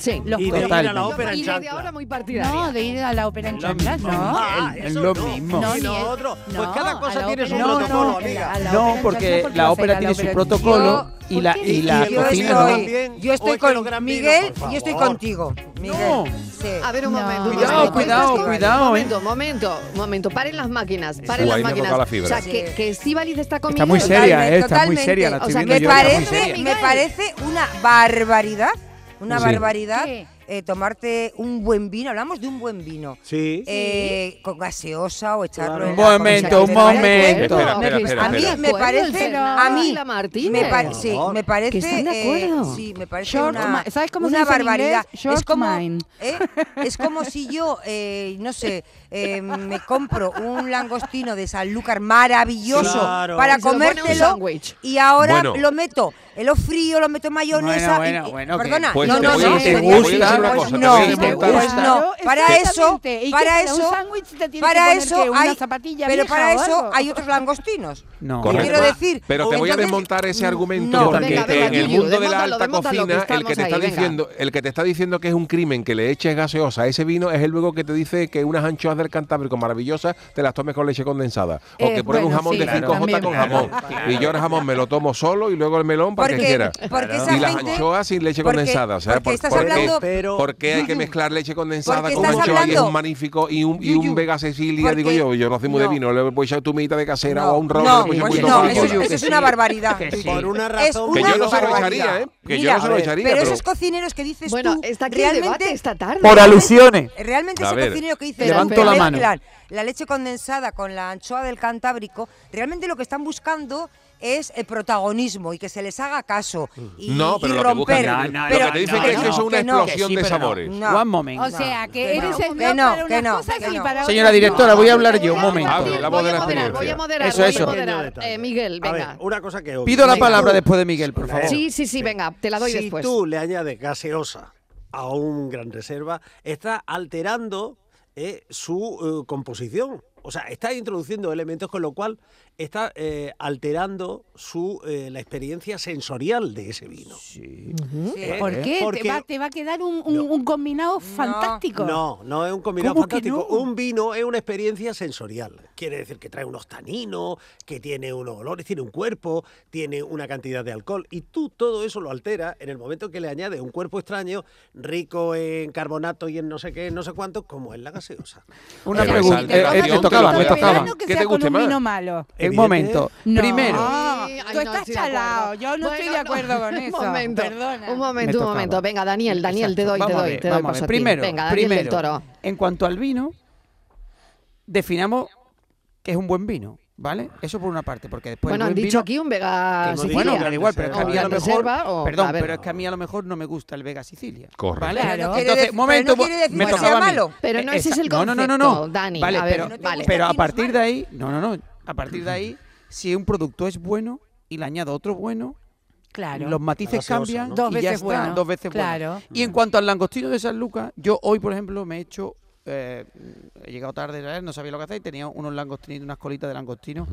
Speaker 1: Sí.
Speaker 6: Los
Speaker 7: Y de ir
Speaker 6: colores.
Speaker 7: a la ópera
Speaker 1: y
Speaker 7: en
Speaker 1: desde
Speaker 7: chancla.
Speaker 1: ahora muy
Speaker 6: No,
Speaker 1: partidaria.
Speaker 6: de ir a la ópera en chanclas, no.
Speaker 7: Ah,
Speaker 8: Es
Speaker 7: eso
Speaker 8: lo
Speaker 7: no.
Speaker 8: mismo.
Speaker 6: No,
Speaker 7: Y lo
Speaker 6: ni es-
Speaker 7: otro, pues
Speaker 6: no,
Speaker 7: cada
Speaker 6: a
Speaker 7: cosa
Speaker 6: la
Speaker 7: tiene su
Speaker 6: ópera- no,
Speaker 7: protocolo,
Speaker 6: no,
Speaker 7: amiga.
Speaker 6: a la
Speaker 8: No,
Speaker 6: ópera en
Speaker 8: porque
Speaker 6: chanclas, ¿por qué
Speaker 8: la
Speaker 6: vas a ir
Speaker 8: ópera
Speaker 6: a
Speaker 8: tiene su
Speaker 6: ópera en
Speaker 8: protocolo
Speaker 6: chanclas?
Speaker 8: y la
Speaker 6: ¿Por qué?
Speaker 8: y la
Speaker 7: Y el
Speaker 9: Yo
Speaker 8: cocina
Speaker 7: vino
Speaker 8: no.
Speaker 9: estoy,
Speaker 7: también.
Speaker 9: yo estoy
Speaker 7: Oye, que
Speaker 9: con
Speaker 7: lo gran vino,
Speaker 9: Miguel,
Speaker 7: por
Speaker 9: yo estoy
Speaker 7: favor.
Speaker 9: contigo, Miguel.
Speaker 8: No.
Speaker 9: Sí.
Speaker 1: A ver un
Speaker 6: No.
Speaker 1: momento. un
Speaker 8: Cuidado,
Speaker 1: momento.
Speaker 8: cuidado,
Speaker 1: Estás con-
Speaker 8: cuidado,
Speaker 1: Momento, momento, momento. Paren las máquinas. Paren
Speaker 5: Uy,
Speaker 1: las
Speaker 5: ahí me ha
Speaker 1: máquinas.
Speaker 5: tocado la fibra.
Speaker 1: O sea,
Speaker 9: Sí.
Speaker 1: que, que Estíbaliz está comiendo.
Speaker 8: Está muy seria,
Speaker 9: Totalmente,
Speaker 8: eh, está muy
Speaker 9: totalmente.
Speaker 8: seria, la
Speaker 1: O
Speaker 8: estoy
Speaker 1: sea,
Speaker 8: viendo
Speaker 9: Me
Speaker 1: Miguel,
Speaker 8: yo, está muy
Speaker 9: parece,
Speaker 8: seria.
Speaker 9: me parece una barbaridad, una
Speaker 8: Sí.
Speaker 9: barbaridad
Speaker 6: ¿Qué?
Speaker 9: eh, tomarte un buen vino. Hablamos de un buen vino.
Speaker 7: Sí.
Speaker 9: Eh, con gaseosa o echarlo.
Speaker 8: Un
Speaker 9: en la cosa
Speaker 8: momento,
Speaker 9: que
Speaker 8: un
Speaker 9: te vaya el
Speaker 8: momento.
Speaker 5: Espera,
Speaker 9: cuerpo.
Speaker 5: espera, espera,
Speaker 9: A mí
Speaker 5: espera.
Speaker 9: me parece, a mí
Speaker 1: la
Speaker 9: me,
Speaker 1: Martínez.
Speaker 9: par- sí, me parece,
Speaker 1: Que están de
Speaker 9: eh,
Speaker 1: acuerdo.
Speaker 9: sí, me parece
Speaker 6: Short
Speaker 9: una,
Speaker 6: ma- ¿sabes cómo se
Speaker 9: una
Speaker 6: dice en
Speaker 9: barbaridad.
Speaker 6: inglés? Short
Speaker 9: es como,
Speaker 6: mind.
Speaker 9: eh, es como si yo, eh, no sé, eh, me compro un langostino de Sanlúcar maravilloso
Speaker 7: Claro.
Speaker 9: para
Speaker 1: Y se lo pone un
Speaker 9: comértelo
Speaker 1: sándwich.
Speaker 9: y ahora
Speaker 5: Bueno.
Speaker 9: lo meto lo frío, lo meto en mayonesa.
Speaker 8: Bueno, bueno,
Speaker 9: y- y-
Speaker 8: bueno, que-
Speaker 9: perdona,
Speaker 8: Pues
Speaker 9: no,
Speaker 8: te
Speaker 9: no,
Speaker 8: voy a
Speaker 9: no.
Speaker 8: decir-
Speaker 9: no,
Speaker 8: te voy a decir
Speaker 9: no,
Speaker 8: una cosa,
Speaker 9: no,
Speaker 8: te voy a decir una
Speaker 9: pues
Speaker 8: cosa.
Speaker 9: no, para eso,
Speaker 6: Exactamente. ¿Y qué
Speaker 9: para
Speaker 6: será? ¿Un
Speaker 9: eso,
Speaker 6: sándwich te tienes que
Speaker 9: para
Speaker 6: poner
Speaker 9: eso
Speaker 6: qué, una
Speaker 9: hay,
Speaker 6: zapatilla
Speaker 9: pero
Speaker 6: vieja
Speaker 9: para
Speaker 6: o
Speaker 9: eso
Speaker 6: algo?
Speaker 9: hay otros langostinos.
Speaker 5: No,
Speaker 9: Correcto. quiero decir,
Speaker 5: pero te voy a
Speaker 9: entonces-
Speaker 5: desmontar ese argumento
Speaker 9: No,
Speaker 5: porque
Speaker 9: venga,
Speaker 5: en
Speaker 9: venga,
Speaker 5: el
Speaker 9: Yuyu,
Speaker 5: mundo de la
Speaker 9: desmóntalo,
Speaker 5: alta
Speaker 9: desmóntalo, que
Speaker 5: cocina, el que
Speaker 9: estamos
Speaker 5: te está
Speaker 9: ahí, venga.
Speaker 5: diciendo, el que te está diciendo que es un crimen que le eches gaseosa a ese vino es el luego que te dice que unas anchoas del Cantábrico maravillosas te las tomes con leche condensada o
Speaker 9: Eh,
Speaker 5: que pruebes un
Speaker 9: bueno,
Speaker 5: jamón
Speaker 9: sí,
Speaker 5: de 5J
Speaker 9: también,
Speaker 5: con
Speaker 9: claro,
Speaker 5: jamón
Speaker 9: claro.
Speaker 5: y yo el jamón me lo tomo solo y luego el melón para que
Speaker 9: Porque-
Speaker 5: quiera
Speaker 9: porque esa
Speaker 5: y las
Speaker 9: gente-
Speaker 5: anchoas sin leche
Speaker 9: porque-
Speaker 5: condensada, o sea,
Speaker 9: porque
Speaker 5: por,
Speaker 9: estás
Speaker 5: por qué-
Speaker 9: hablando-
Speaker 5: por qué hay que mezclar leche condensada
Speaker 9: Porque
Speaker 5: con
Speaker 9: estás
Speaker 5: anchoa y es
Speaker 9: hablando-
Speaker 5: un magnífico y un, y un Vega Cecilia,
Speaker 9: porque-
Speaker 5: digo yo, yo no soy muy de
Speaker 9: no.
Speaker 5: vino, le voy a echar tumita de casera o a un ron,
Speaker 9: No,
Speaker 5: le voy a echar
Speaker 9: pues
Speaker 5: muy
Speaker 9: no,
Speaker 5: poca
Speaker 9: eso, es-
Speaker 5: cosa.
Speaker 9: eso es una barbaridad.
Speaker 5: Que sí. Por una
Speaker 9: Es
Speaker 5: razón Que yo no se lo
Speaker 9: barbaridad.
Speaker 5: echaría, ¿eh? Que yo
Speaker 9: Mira,
Speaker 5: no se lo
Speaker 9: a ver,
Speaker 5: echaría,
Speaker 9: Pero,
Speaker 5: pero-
Speaker 9: esos cocineros que dices
Speaker 1: Bueno,
Speaker 9: tú,
Speaker 1: está aquí el
Speaker 9: realmente,
Speaker 1: debate esta tarde.
Speaker 8: Por alusiones.
Speaker 9: Realmente
Speaker 8: A
Speaker 9: ese
Speaker 8: ver.
Speaker 9: cocinero que dice
Speaker 8: Levanto
Speaker 9: que
Speaker 8: la
Speaker 9: mezclan
Speaker 8: mano.
Speaker 9: la leche condensada con la anchoa del Cantábrico, realmente lo que están buscando es el protagonismo y que se les haga caso
Speaker 8: Mm.
Speaker 9: y,
Speaker 5: No, pero
Speaker 9: y
Speaker 5: lo que buscan-
Speaker 9: romper.
Speaker 5: No, no, Pero- lo que te dicen es que eso es una explosión de sabores.
Speaker 8: One moment.
Speaker 6: O sea, que eres
Speaker 9: no,
Speaker 6: el
Speaker 9: que
Speaker 6: no,
Speaker 9: no,
Speaker 6: para
Speaker 9: que
Speaker 6: unas
Speaker 9: no,
Speaker 6: cosas
Speaker 9: que
Speaker 6: y
Speaker 9: no.
Speaker 6: para
Speaker 8: Señora
Speaker 6: otras
Speaker 8: directora,
Speaker 6: no.
Speaker 8: voy a hablar yo un momento.
Speaker 5: Abre la voz de
Speaker 1: moderar,
Speaker 5: la
Speaker 1: voy a
Speaker 5: experiencia.
Speaker 1: moderar,
Speaker 8: Eso,
Speaker 1: voy
Speaker 8: eso.
Speaker 1: a moderar. Eh, Miguel,
Speaker 7: A ver,
Speaker 1: venga.
Speaker 7: una cosa que obvio.
Speaker 8: Pido la
Speaker 7: Venga.
Speaker 8: palabra después de Miguel, por favor.
Speaker 1: Sí, sí, sí, venga, te la doy
Speaker 7: si
Speaker 1: después.
Speaker 7: tú le añades gaseosa a un gran reserva, está alterando eh, su eh, composición. O sea, está introduciendo elementos con lo cual está eh, alterando su eh, la experiencia sensorial de ese vino. Eh,
Speaker 6: ¿Por qué?
Speaker 7: porque-
Speaker 6: Te, va, te va a quedar un, un- un combinado fantástico.
Speaker 7: No, no es un combinado
Speaker 6: ¿Cómo que
Speaker 7: fantástico.
Speaker 6: no?
Speaker 7: Un vino es una experiencia sensorial. Quiere decir que trae unos taninos, que tiene unos olores, tiene un cuerpo, tiene una cantidad de alcohol. Y tú todo eso lo alteras en el momento que le añades un cuerpo extraño, rico en carbonato y en no sé qué, no sé cuánto, como es la gaseosa.
Speaker 8: Una
Speaker 5: Pero
Speaker 8: pregunta.
Speaker 5: salte,
Speaker 8: Eh, eh,
Speaker 5: campeón,
Speaker 8: me tocaba,
Speaker 5: te
Speaker 8: me
Speaker 5: lo
Speaker 8: tocaba.
Speaker 5: esperando que
Speaker 8: ¿Qué
Speaker 5: sea
Speaker 8: te
Speaker 5: con
Speaker 8: guste
Speaker 5: un
Speaker 8: más?
Speaker 5: vino
Speaker 6: malo.
Speaker 8: Un
Speaker 7: Evidente.
Speaker 8: momento.
Speaker 6: No. Ah,
Speaker 8: Primero.
Speaker 1: Ay,
Speaker 6: Tú estás
Speaker 1: no estoy de acuerdo.
Speaker 6: chalado. Yo no estoy de
Speaker 1: Bueno,
Speaker 6: acuerdo
Speaker 1: no.
Speaker 6: con eso.
Speaker 1: Un momento,
Speaker 6: Perdona.
Speaker 1: un
Speaker 8: Me
Speaker 1: momento, un
Speaker 8: tocaba.
Speaker 1: momento. Venga, Daniel, Daniel, te doy, te
Speaker 8: Vamos a
Speaker 1: doy,
Speaker 8: ver,
Speaker 1: te doy
Speaker 8: vamos a
Speaker 1: paso
Speaker 8: ver.
Speaker 1: a ti.
Speaker 8: Primero,
Speaker 1: Venga, Daniel
Speaker 8: primero,
Speaker 1: del Toro.
Speaker 8: en cuanto al vino, definamos que es un buen vino, ¿vale? Eso por una parte, porque después... el
Speaker 1: Bueno, han
Speaker 8: buen
Speaker 1: dicho
Speaker 8: Pues vino-
Speaker 1: aquí un
Speaker 8: que
Speaker 1: Vega
Speaker 8: hemos dicho,
Speaker 1: Sicilia.
Speaker 8: Bueno, pero da igual, pero es que a
Speaker 1: O
Speaker 8: mí a
Speaker 1: la
Speaker 8: lo mejor...
Speaker 1: reserva o- a
Speaker 8: Perdón,
Speaker 1: ver.
Speaker 8: pero es que a mí a lo mejor no me gusta el Vega Sicilia.
Speaker 5: Correcto.
Speaker 8: ¿vale?
Speaker 1: Claro. Pero no quiere
Speaker 8: Entonces,
Speaker 1: decir-
Speaker 8: momento,
Speaker 1: pero no quiere decir
Speaker 8: me
Speaker 1: que
Speaker 8: tocaba
Speaker 1: sea
Speaker 8: a mí.
Speaker 1: malo. Pero no ese es el
Speaker 8: Exacto. No, no, no, no, no.
Speaker 1: concepto, Dani.
Speaker 8: Vale,
Speaker 1: A ver,
Speaker 8: pero,
Speaker 1: no te gusta
Speaker 8: pero a
Speaker 1: aquí, no es
Speaker 8: partir de ahí... No, no, no. A partir de ahí, si un producto es bueno y le añado otro bueno,
Speaker 6: Claro.
Speaker 8: los matices
Speaker 6: Gaseosa,
Speaker 8: cambian
Speaker 6: ¿no? Dos
Speaker 8: y ya
Speaker 6: veces
Speaker 8: está,
Speaker 6: bueno,
Speaker 8: dos veces bueno.
Speaker 6: claro.
Speaker 8: Y en cuanto al langostino de San Lucas, yo hoy, por ejemplo, me he hecho... eh, he llegado tarde, ¿sabes? no sabía lo que hacer y tenía unos langostinitos, unas colitas de langostino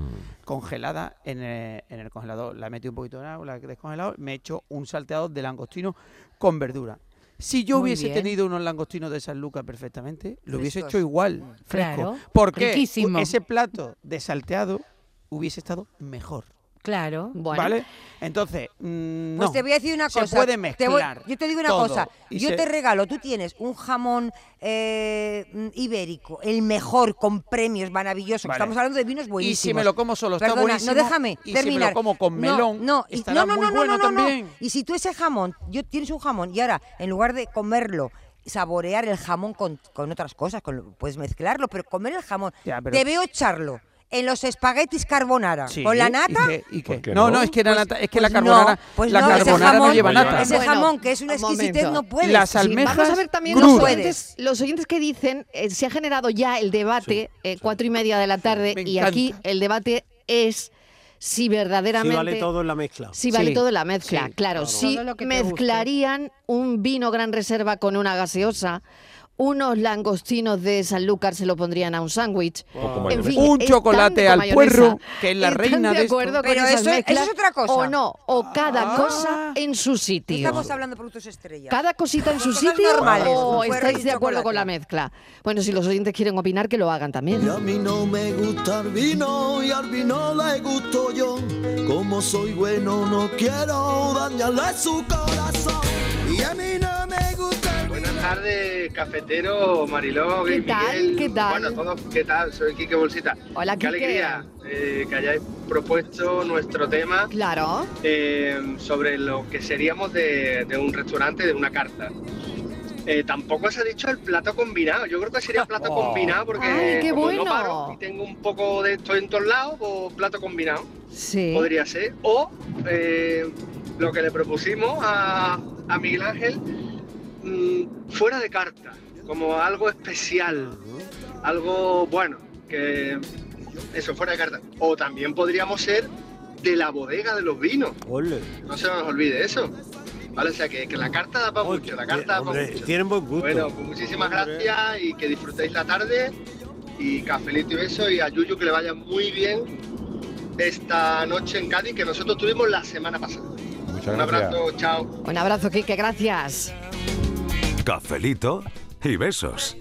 Speaker 8: congeladas en el, en el congelador. La he metido un poquito de agua, la he descongelado, me he hecho un salteado de langostino con verdura. Si yo
Speaker 6: Muy
Speaker 8: hubiese
Speaker 6: bien.
Speaker 8: tenido unos langostinos de San Lucas perfectamente, lo hubiese
Speaker 6: Frescos.
Speaker 8: hecho igual, fresco.
Speaker 6: Claro,
Speaker 8: Porque
Speaker 6: riquísimo.
Speaker 8: ese plato de salteado hubiese estado mejor.
Speaker 6: Claro.
Speaker 8: ¿Vale? Entonces, mm,
Speaker 9: Pues
Speaker 8: no.
Speaker 9: te voy a decir una
Speaker 8: Se
Speaker 9: cosa.
Speaker 8: puede
Speaker 9: Te voy-
Speaker 8: mezclar
Speaker 9: yo te digo una
Speaker 8: todo.
Speaker 9: cosa.
Speaker 8: Y
Speaker 9: Yo
Speaker 8: se-
Speaker 9: te regalo, tú tienes un jamón eh, mm, ibérico, el mejor, con premios, maravilloso. que
Speaker 8: Vale.
Speaker 9: Estamos hablando de vinos
Speaker 8: Y
Speaker 9: buenísimos.
Speaker 8: si me lo como solo, está
Speaker 9: Perdona,
Speaker 8: buenísimo.
Speaker 9: No, déjame
Speaker 8: Y si me lo
Speaker 9: terminar.
Speaker 8: como con
Speaker 9: No,
Speaker 8: melón,
Speaker 9: no, y-
Speaker 8: estará
Speaker 9: no, no,
Speaker 8: muy
Speaker 9: no, no,
Speaker 8: bueno
Speaker 9: no, no, no.
Speaker 8: también.
Speaker 9: Y si tú ese jamón, yo tienes un jamón y ahora, en lugar de comerlo, saborear el jamón con, con otras cosas, con lo- puedes mezclarlo, pero comer el jamón,
Speaker 8: Ya, pero-
Speaker 9: te veo echarlo en los espaguetis carbonara,
Speaker 8: Sí,
Speaker 9: con la
Speaker 8: ¿y
Speaker 9: nata...
Speaker 8: qué- y qué?
Speaker 5: ¿Por qué
Speaker 8: No,
Speaker 5: no?
Speaker 8: no, es que la, nata- es que la
Speaker 9: Pues no,
Speaker 8: carbonara,
Speaker 9: pues
Speaker 8: la
Speaker 9: no, ese
Speaker 8: carbonara no
Speaker 9: jamón-
Speaker 8: lleva
Speaker 5: Bueno,
Speaker 8: nata.
Speaker 9: Ese
Speaker 1: Bueno,
Speaker 9: jamón, que es una
Speaker 1: un
Speaker 9: exquisitez,
Speaker 1: momento.
Speaker 9: no puede.
Speaker 8: Las
Speaker 9: Sí,
Speaker 8: almejas
Speaker 9: vamos
Speaker 1: Vamos a ver también
Speaker 8: crudas.
Speaker 1: los
Speaker 9: No
Speaker 1: oyentes, los oyentes que dicen, eh, se ha generado ya el debate, eh, cuatro y media de la tarde,
Speaker 7: Me
Speaker 1: y aquí el debate es si
Speaker 7: Si
Speaker 1: verdaderamente...
Speaker 7: vale todo en la mezcla.
Speaker 1: Si vale
Speaker 8: Sí,
Speaker 1: todo en la mezcla,
Speaker 8: sí,
Speaker 1: claro. Si
Speaker 6: Todo lo que te guste.
Speaker 1: mezclarían un vino gran reserva con una gaseosa, unos langostinos de Sanlúcar se lo pondrían a un sándwich. En fin,
Speaker 8: Un
Speaker 1: están
Speaker 8: chocolate
Speaker 1: con
Speaker 8: al
Speaker 1: mayonesa.
Speaker 8: puerro, que es la
Speaker 1: ¿Están
Speaker 8: reina
Speaker 1: de
Speaker 8: de esto.
Speaker 1: acuerdo con
Speaker 9: Pero
Speaker 1: esas
Speaker 9: eso- eso
Speaker 1: mezclas
Speaker 9: es otra cosa.
Speaker 1: O no, o cada
Speaker 8: Ah.
Speaker 1: cosa en su sitio.
Speaker 9: Estamos hablando de productos estrellas.
Speaker 1: ¿Cada cosita en su
Speaker 9: Cosas
Speaker 1: sitio
Speaker 9: normales,
Speaker 1: o
Speaker 9: un puerro y
Speaker 1: estáis
Speaker 9: un
Speaker 1: de acuerdo
Speaker 9: chocolate.
Speaker 1: con la mezcla? Bueno, si los oyentes quieren opinar, que lo hagan
Speaker 16: Y
Speaker 1: también.
Speaker 16: a mí no me gusta el vino y al vino le gusto yo. Como soy bueno, no quiero dañarle su corazón. Y a mí no me gusta el
Speaker 17: Buenas tardes, cafetero, Mariló,
Speaker 1: ¿Qué
Speaker 17: y
Speaker 1: tal?
Speaker 17: Miguel.
Speaker 1: ¿Qué tal?
Speaker 17: Bueno, todos, ¿qué tal? Soy Quique Bolsita.
Speaker 1: Hola,
Speaker 17: Qué
Speaker 1: Quique.
Speaker 17: alegría eh, que hayáis propuesto nuestro tema
Speaker 1: Claro.
Speaker 17: eh, sobre lo que seríamos de, de un restaurante, de una carta. Eh, tampoco se ha dicho el plato combinado. Yo creo que sería plato
Speaker 8: Oh.
Speaker 17: combinado porque
Speaker 1: Ay, qué
Speaker 17: como
Speaker 1: bueno.
Speaker 17: no paro y tengo un poco de esto en todos lados, pues plato combinado
Speaker 1: Sí.
Speaker 17: podría ser. O eh, lo que le propusimos a, a Miguel Ángel, mm, fuera de carta, como algo especial, algo bueno, que eso, fuera de carta. O también podríamos ser de la bodega de los vinos.
Speaker 7: Ole.
Speaker 17: No se nos olvide eso. Vale, o sea que, que la carta da para mucho, la carta da pa'
Speaker 7: Hombre,
Speaker 17: mucho.
Speaker 7: tienen buen gusto.
Speaker 17: Bueno, pues muchísimas gracias y que disfrutéis la tarde. Y cafelito y beso. Y a Yuyu que le vaya muy bien esta noche en Cádiz, que nosotros tuvimos la semana pasada.
Speaker 5: Muchas
Speaker 17: Un
Speaker 1: gracias.
Speaker 17: abrazo, chao.
Speaker 1: Un abrazo, Quique, gracias.
Speaker 18: Cafelito y besos.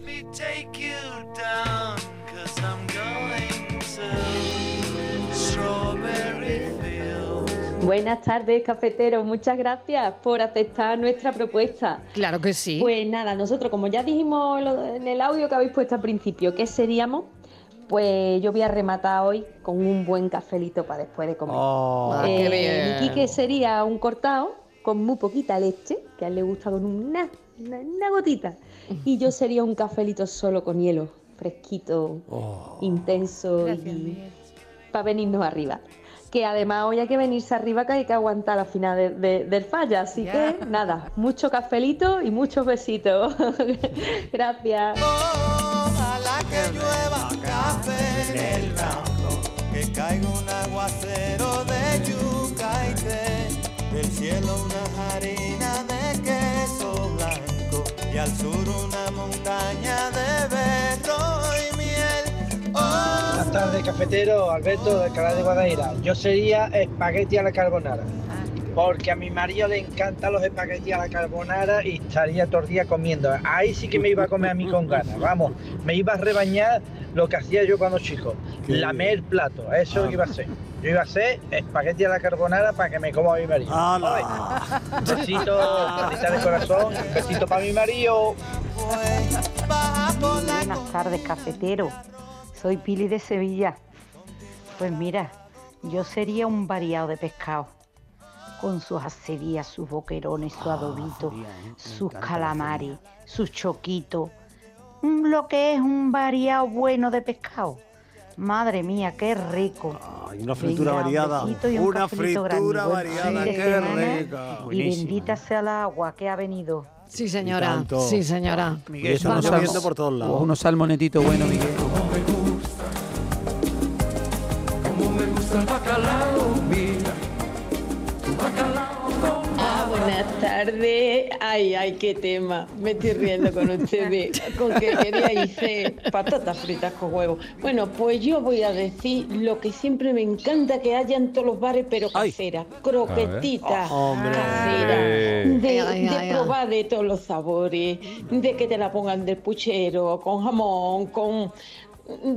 Speaker 19: Buenas tardes, cafeteros. Muchas gracias por aceptar nuestra propuesta.
Speaker 1: Claro que sí.
Speaker 19: Pues nada, nosotros, como ya dijimos lo- en el audio que habéis puesto al principio, ¿qué seríamos? Pues yo voy a rematar hoy con un buen cafelito para después de comer.
Speaker 1: Ah, qué bien.
Speaker 19: mi Quique sería un cortado con muy poquita leche, que a él le gusta con una, una, una gotita. Y yo sería un cafelito solo con hielo, fresquito, intenso y para venirnos arriba. Que además hoy hay que venirse arriba que hay que aguantar la final de- de- del falla. Así que nada, mucho cafelito y muchos besitos. Gracias.
Speaker 14: Ojalá que llueva café en el campo, que caiga un aguacero de yuca y té, del cielo una harina de queso blanco y al sur una montaña de berro y miel. Oh,
Speaker 20: Buenas tardes, cafetero. Alberto de Alcalá de Guadaira. Yo sería espagueti a la carbonara. Porque a mi marido le encantan los espagueti a la carbonara y estaría todo el día comiendo. Ahí sí que me iba a comer a mí con ganas. Vamos, me iba a rebañar lo que hacía yo cuando chico.
Speaker 21: Qué
Speaker 20: Lamer el plato. Eso es lo que iba a hacer. Yo iba a hacer espagueti a la carbonara para que me coma a mi marido. Un Besito, besito de corazón, un besito para mi marido.
Speaker 22: Buenas tardes, cafetero. Soy Pili de Sevilla. Pues mira, yo sería un variado de pescado. Con sus acerías, sus boquerones, su adobito, sus calamares, sus choquitos. Mm, Lo que es un variado bueno de pescado. Madre mía, qué rico.
Speaker 7: Ay, una fritura
Speaker 20: Venga, un
Speaker 7: variada.
Speaker 20: besito y un
Speaker 7: una
Speaker 20: cafelito
Speaker 7: fritura
Speaker 20: grande. Buen
Speaker 7: variada,
Speaker 20: fin de
Speaker 7: qué
Speaker 20: semana
Speaker 7: rica.
Speaker 20: Y bendita
Speaker 22: sea el agua que ha venido.
Speaker 1: Sí, señora. Sí, señora.
Speaker 7: Ah, Miguel, eso no se
Speaker 1: Vamos.
Speaker 7: vende por todos lados.
Speaker 8: Unos salmonetitos buenos, Miguel.
Speaker 23: Ah, buenas tardes. Ay, ay, qué tema. Me estoy riendo con ustedes. Con que quería hice patatas fritas con huevo. Bueno, pues yo voy a decir lo que siempre me encanta que haya en todos los bares, pero caseras. Croquetitas.
Speaker 7: Oh, hombre.
Speaker 23: caseras. De,
Speaker 7: Ay, ay, ay,
Speaker 23: de
Speaker 7: ay.
Speaker 23: probar de todos los sabores. De que te la pongan del puchero, con jamón, con.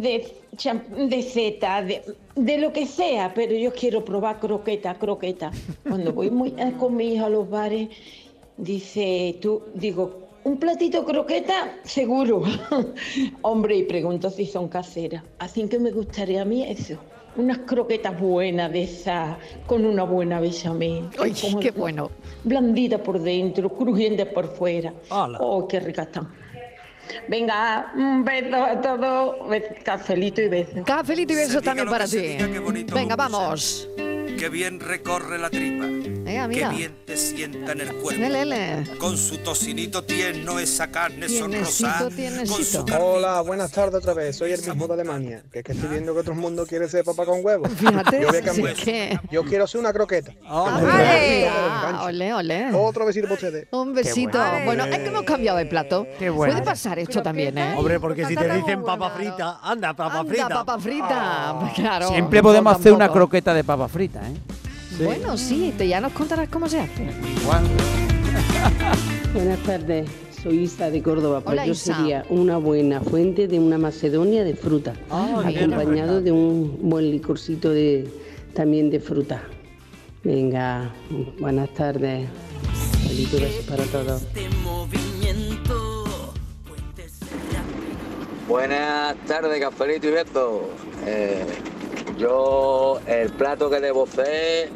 Speaker 23: De, cham- de seta, de, de lo que sea, pero yo quiero probar croqueta, croqueta. Cuando voy muy, a- con mi hijo a los bares, dice, tú, digo, un platito croqueta, seguro. Hombre, y pregunto si son caseras. Así que me gustaría a mí eso. Unas croquetas buenas de esas, con una buena bechamel.
Speaker 1: Ay,
Speaker 23: Con-
Speaker 1: qué bueno.
Speaker 23: Blanditas por dentro, crujientes por fuera. Oh, qué ricas están. Venga, un beso a todos, bes- cafelito y beso.
Speaker 1: Cafelito y beso también para ti. Venga, vamos.
Speaker 24: Qué bien recorre la tripa.
Speaker 1: Venga,
Speaker 24: Qué
Speaker 1: mira.
Speaker 24: bien te sienta en el cuerpo.
Speaker 1: Lele, lele.
Speaker 24: Con su tocinito tierno, esa carne sonrosada.
Speaker 1: Tiernecito, tiernecito.
Speaker 13: Hola, buenas tardes otra vez. Soy el mismo de Alemania. Que es que estoy viendo que otro mundo quiere ser papá con huevo.
Speaker 1: Ah. Fíjate,
Speaker 13: Yo voy a
Speaker 1: si
Speaker 13: cambiar.
Speaker 1: es que-
Speaker 13: Yo quiero ser una croqueta.
Speaker 1: Ah, Ole, ole.
Speaker 13: Otro besito para ustedes.
Speaker 1: Un besito.
Speaker 13: bueno.
Speaker 1: Bueno, es que hemos cambiado de plato.
Speaker 7: bueno.
Speaker 1: Puede pasar esto también, ¿eh?
Speaker 7: Hombre, porque si te dicen papa frita, anda, papa
Speaker 1: Anda,
Speaker 7: frita. Oh.
Speaker 1: papa frita. Claro.
Speaker 8: Siempre podemos hacer una croqueta de papa frita, ¿eh?
Speaker 1: Bueno, sí, te ya nos contarás cómo se hace.
Speaker 25: Buenas tardes, soy Isa de Córdoba. Pues
Speaker 1: Hola,
Speaker 25: yo
Speaker 1: Isa.
Speaker 25: sería una buena fuente de una macedonia de fruta,
Speaker 1: Ah, bien,
Speaker 25: acompañado de un buen licorcito de, también de fruta. Venga, buenas tardes. Salud y besos para todos.
Speaker 26: Buenas tardes, Cafelito y Beto. Eh, yo, el plato que debo hacer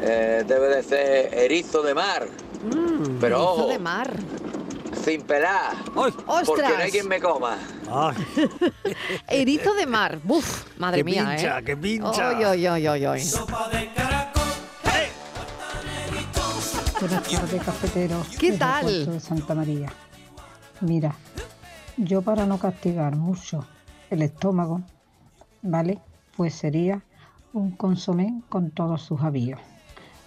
Speaker 26: eh, debe de ser erizo de mar, Pero
Speaker 1: Erizo
Speaker 24: ojo.
Speaker 1: de mar.
Speaker 24: sin pelar. Porque no hay
Speaker 1: ¡Ostras!
Speaker 24: quien me coma.
Speaker 1: Erizo de mar. Buf, madre
Speaker 24: Que
Speaker 1: mía,
Speaker 24: pincha,
Speaker 1: ¿eh?
Speaker 24: que pincha.
Speaker 1: Oy, oy, oy, oy, oy.
Speaker 27: Buenas tardes, cafeteros.
Speaker 1: ¿Qué
Speaker 27: desde
Speaker 1: tal?
Speaker 27: Puerto de Santa María. Mira, yo para no castigar mucho el estómago, ¿vale? Pues sería un consomé con todos sus avíos,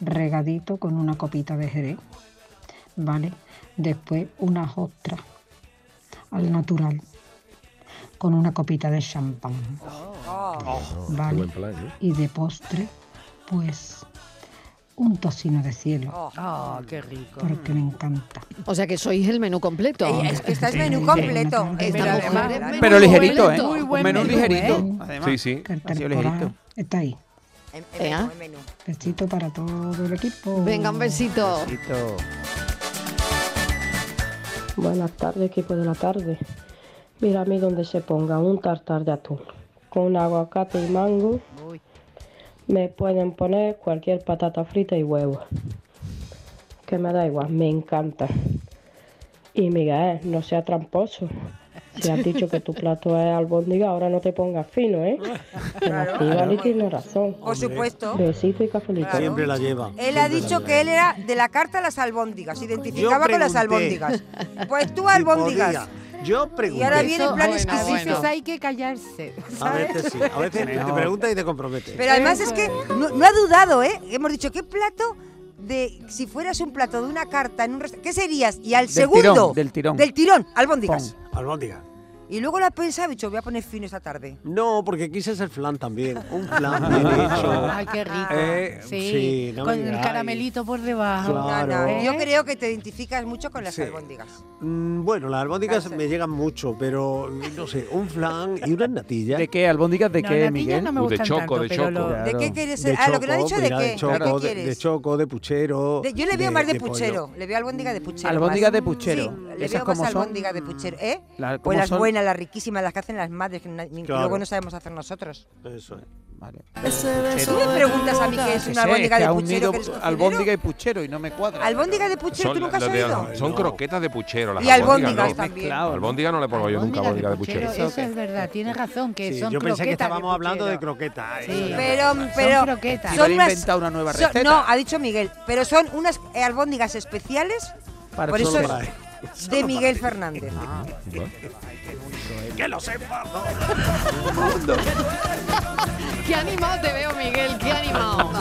Speaker 27: regadito con una copita de jerez, ¿vale? Después unas ostras al natural con una copita de champán,
Speaker 15: Oh.
Speaker 9: Oh.
Speaker 8: Oh.
Speaker 5: Qué
Speaker 27: ¿vale?
Speaker 5: buen plan, ¿eh?
Speaker 27: Y de postre, pues un tocino de cielo,
Speaker 6: Ah, qué rico.
Speaker 27: porque me encanta.
Speaker 1: O sea que sois el menú completo.
Speaker 27: es
Speaker 22: Eh,
Speaker 27: que
Speaker 22: este
Speaker 1: está
Speaker 27: estáis menú completo.
Speaker 1: Esta
Speaker 27: Pero
Speaker 1: mujer
Speaker 27: además-
Speaker 1: es menú
Speaker 8: Pero ligerito, ¿eh?
Speaker 1: completo.
Speaker 8: Un menú
Speaker 22: ¿eh?
Speaker 8: ligerito. Además.
Speaker 5: Sí, sí.
Speaker 27: Que el
Speaker 8: Ha sido
Speaker 27: temporal
Speaker 8: ligerito.
Speaker 27: Está ahí.
Speaker 1: Venga.
Speaker 27: Besito para todo el equipo.
Speaker 1: Venga, un besito.
Speaker 2: Buenas tardes, equipo de la tarde. Mira a mí donde se ponga un tartar de atún con aguacate y mango. Me pueden poner cualquier patata frita y huevo. Que me da igual, me encanta. Y Miguel, no sea tramposo. Si has dicho que tu plato es albóndiga, ahora no te pongas fino, ¿eh? Pero
Speaker 9: Claro.
Speaker 2: aquí Vali tiene razón.
Speaker 9: Por supuesto.
Speaker 2: Besito y cafelito.
Speaker 9: Claro. Eh, Siempre
Speaker 7: la lleva.
Speaker 9: Él ha dicho que él era de la carta a las albóndigas, se identificaba con las
Speaker 7: pregunté.
Speaker 9: albóndigas. Pues tú albóndigas.
Speaker 7: Yo pregunté. Ah,
Speaker 9: Y ahora viene el plan
Speaker 6: Bueno,
Speaker 9: exquisito.
Speaker 6: bueno. hay que callarse.
Speaker 7: A veces sí, a veces te
Speaker 8: Mejor.
Speaker 7: preguntas y te comprometes.
Speaker 9: Pero además es que no, no ha dudado, ¿eh? Hemos dicho, ¿qué plato de. Si fueras un plato de una carta en un restaurante. ¿Qué serías? Y al
Speaker 8: Del
Speaker 9: segundo.
Speaker 8: tirón, del tirón.
Speaker 9: Del tirón, albóndigas.
Speaker 7: Albóndiga.
Speaker 9: Y luego la pensaba y dicho, voy a poner fino esta tarde.
Speaker 7: No, porque quise ser flan también. Un flan bien hecho.
Speaker 6: Ay, qué rico.
Speaker 7: Eh,
Speaker 6: sí,
Speaker 7: sí, no me
Speaker 6: con el
Speaker 7: digáis.
Speaker 6: caramelito por debajo.
Speaker 7: Claro.
Speaker 9: No,
Speaker 7: ¿Eh?
Speaker 9: Yo creo que te identificas mucho con las
Speaker 7: Sí.
Speaker 9: albóndigas.
Speaker 7: Mm, Bueno, las albóndigas me llegan mucho, pero no sé, un flan y unas natillas.
Speaker 8: ¿De qué? ¿Albóndigas de
Speaker 7: No,
Speaker 8: qué,
Speaker 7: natillas
Speaker 8: Miguel?
Speaker 7: no me Uh, de gustan choco, tanto, de pero choco. lo-
Speaker 9: ¿De qué
Speaker 7: Claro.
Speaker 9: quieres
Speaker 7: De
Speaker 9: ser? Ah, lo que no ha
Speaker 7: choco,
Speaker 9: dicho, ¿de
Speaker 7: mira,
Speaker 9: qué? ¿De
Speaker 7: choco,
Speaker 9: qué
Speaker 7: de-
Speaker 9: quieres?
Speaker 7: de choco, de
Speaker 8: Oh,
Speaker 7: puchero.
Speaker 9: De- yo le veo más de, puchero.
Speaker 7: pollo.
Speaker 9: Le veo albóndiga de puchero.
Speaker 8: Albóndiga
Speaker 9: más.
Speaker 8: de puchero.
Speaker 9: Sí, le
Speaker 8: ¿Esas
Speaker 9: veo más
Speaker 8: cómo son?
Speaker 9: albóndiga de puchero. ¿Eh?
Speaker 8: La-
Speaker 9: pues
Speaker 8: ¿cómo
Speaker 9: las
Speaker 8: son?
Speaker 9: buenas, las riquísimas, las que hacen las madres, que, na- que
Speaker 8: Claro.
Speaker 9: luego no sabemos hacer nosotros.
Speaker 7: Eso es.
Speaker 8: Vale.
Speaker 9: ¿Tú le preguntas a mí qué es
Speaker 8: Sí,
Speaker 9: una
Speaker 8: sé,
Speaker 9: albóndiga
Speaker 8: que
Speaker 9: de
Speaker 8: ha
Speaker 9: puchero?
Speaker 8: unido
Speaker 9: que eres cocinero?
Speaker 8: albóndiga y puchero y no me cuadra.
Speaker 9: Albóndiga de puchero, tú nunca has
Speaker 5: las de-
Speaker 9: oído.
Speaker 5: son croquetas de puchero. Las
Speaker 9: Y albóndigas
Speaker 5: no.
Speaker 9: también.
Speaker 5: Albóndiga no le pongo yo nunca albóndiga de puchero.
Speaker 6: Pero eso es verdad, tienes razón, que
Speaker 7: Sí,
Speaker 6: son
Speaker 7: yo pensé que
Speaker 6: croquetas de
Speaker 7: estábamos hablando de
Speaker 6: puchero.
Speaker 7: croquetas.
Speaker 6: Sí.
Speaker 9: Pero,
Speaker 6: Son
Speaker 9: pero
Speaker 6: croquetas.
Speaker 9: son
Speaker 6: Igual
Speaker 9: unas-
Speaker 8: inventa una nueva
Speaker 9: son-
Speaker 8: receta.
Speaker 9: no, ha dicho Miguel, pero son unas eh, albóndigas especiales.
Speaker 8: Para
Speaker 9: por eso
Speaker 8: solo
Speaker 9: es
Speaker 8: para él.
Speaker 9: de
Speaker 8: Solo
Speaker 9: Miguel
Speaker 8: para
Speaker 9: Fernández.
Speaker 8: Ah.
Speaker 7: ¡Que lo sepa!
Speaker 1: Qué animado te veo, Miguel, qué animado.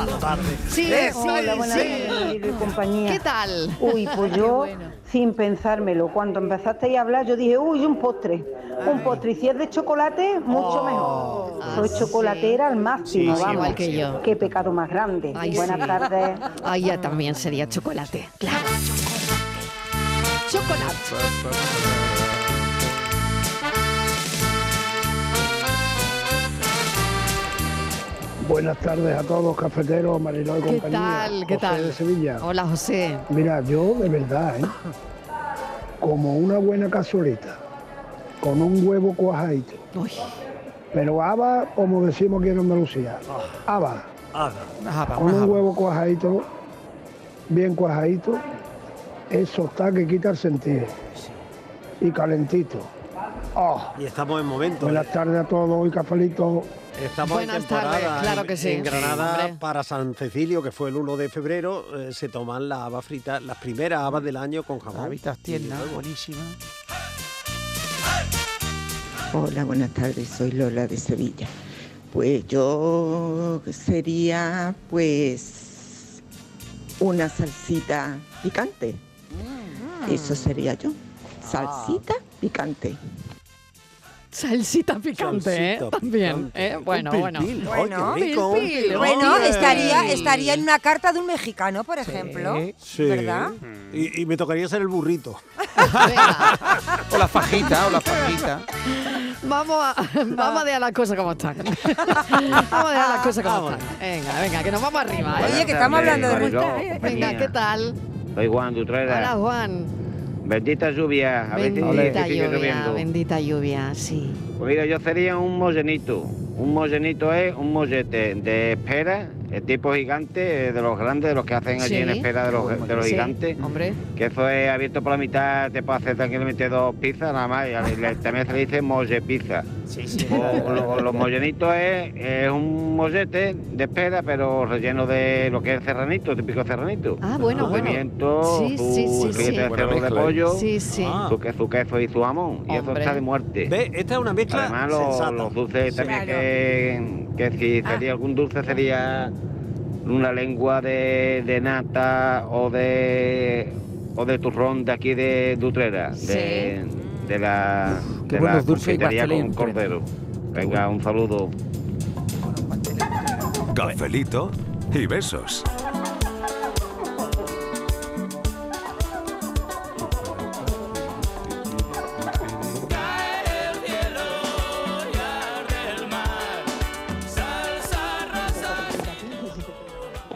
Speaker 1: Sí, sí,
Speaker 22: Hola, buenas
Speaker 1: sí. Ah,
Speaker 22: tardes, Marilo y compañía.
Speaker 1: ¿Qué tal?
Speaker 22: Uy, pues yo, sin pensármelo, cuando empezasteis a hablar, yo dije, uy, un postre. Un postre. Y si es de chocolate, mucho mejor. Soy chocolatera al máximo,
Speaker 1: Oh. Ah, Sí, sí,
Speaker 22: vamos.
Speaker 1: igual que yo.
Speaker 22: Qué pecado más grande.
Speaker 1: Ay,
Speaker 22: Buenas
Speaker 1: sí.
Speaker 22: tardes.
Speaker 1: Ay, ya también sería chocolate. Claro. Chocolate.
Speaker 3: Buenas tardes a todos, cafeteros, Mariló y
Speaker 1: ¿Qué
Speaker 3: compañía.
Speaker 1: tal? ¿Qué
Speaker 3: José
Speaker 1: tal?
Speaker 3: de Sevilla.
Speaker 1: Hola, José.
Speaker 3: Mira, yo de verdad, ¿eh? como una buena cazuelita, con un huevo cuajadito. Pero haba, como decimos aquí en Andalucía,
Speaker 1: Ah.
Speaker 3: haba, con un huevo cuajadito, bien cuajadito, eso está que quita el sentido. Y calentito. Oh,
Speaker 7: Y estamos en momento. ¿eh?
Speaker 3: buenas tardes a todos y cafelito.
Speaker 7: Estamos en
Speaker 3: Buenas
Speaker 7: temporada.
Speaker 3: tardes, claro
Speaker 7: en-
Speaker 3: que sí.
Speaker 7: En
Speaker 3: Sí,
Speaker 7: Granada,
Speaker 3: hombre.
Speaker 7: para San Cecilio, que fue el 1 de febrero, eh, se toman las habas fritas, las primeras habas del año con jamón. Habitas
Speaker 8: Tierna, buenísima.
Speaker 4: Hola, buenas tardes, soy Lola de Sevilla. Pues yo sería pues una salsita picante.
Speaker 12: Mm.
Speaker 4: Eso sería yo.
Speaker 12: Ah.
Speaker 4: Salsita picante.
Speaker 1: Salsita picante, ¿eh?
Speaker 4: Salsita
Speaker 1: También,
Speaker 4: picante.
Speaker 1: ¿eh? Bueno,
Speaker 4: Un
Speaker 1: bueno.
Speaker 4: pil-pil. Ay,
Speaker 1: Bueno,
Speaker 4: qué rico, un
Speaker 1: pil-pil.
Speaker 4: pil-pil.
Speaker 9: Bueno,
Speaker 1: Hombre.
Speaker 9: estaría, estaría en una carta de un mexicano, por ejemplo.
Speaker 7: Sí.
Speaker 9: ¿Verdad?
Speaker 7: Y, y me tocaría ser el burrito.
Speaker 8: o la fajita, o la fajita.
Speaker 1: Vamos a, vamos a dejar las cosas como están. vamos a dejar las cosas como están. Venga, venga, que nos vamos arriba, ¿eh?
Speaker 10: Buenas Oye, que estamos tardes, hablando de Mariló,
Speaker 1: Venga,
Speaker 10: ruta, ¿eh?
Speaker 1: Venga,
Speaker 10: compañía.
Speaker 1: ¿qué tal?
Speaker 10: Soy Juan
Speaker 1: Hola,
Speaker 10: Dutrera.
Speaker 1: Juan.
Speaker 10: Bendita lluvia. A veces dice
Speaker 1: Bendita
Speaker 10: que sigue
Speaker 1: lluvia,
Speaker 10: lloviendo.
Speaker 1: bendita lluvia, sí.
Speaker 10: Pues mira, yo sería un mollenito. Un mollenito es un mollete de espera, el tipo gigante, eh, de los grandes, de los que hacen allí Sí. en espera de los, de los Sí, gigantes.
Speaker 1: Hombre.
Speaker 10: Que eso es abierto por la mitad, te puede hacer tranquilamente dos pizzas nada más. Y al- le- también se le dice molle pizza. O lo- los mollenitos es, es un mollete de espera, pero relleno de lo que es serranito, típico serranito.
Speaker 1: Ah, bueno,
Speaker 10: Su
Speaker 1: bueno.
Speaker 10: pimiento,
Speaker 1: Sí, sí, sí,
Speaker 10: su filete
Speaker 1: sí.
Speaker 10: de
Speaker 1: Buena
Speaker 10: cerdo de
Speaker 1: mezcla, ¿eh?
Speaker 10: pollo,
Speaker 1: Sí, sí. Ah.
Speaker 10: su, que- su queso y su jamón. Y eso
Speaker 1: Hombre.
Speaker 10: está de muerte.
Speaker 7: Ve, esta es una mezcla
Speaker 10: Además, los,
Speaker 7: sensata.
Speaker 10: los dulces también
Speaker 7: Claro.
Speaker 10: que, que si
Speaker 1: Ah.
Speaker 10: sería algún dulce sería una lengua de, de nata o de o de turrón de aquí de Dutrera, de, de la, de la
Speaker 8: buenos dulces y
Speaker 10: confitería con
Speaker 8: pasteles
Speaker 10: cordero. Venga, un saludo.
Speaker 11: Cafelito y besos.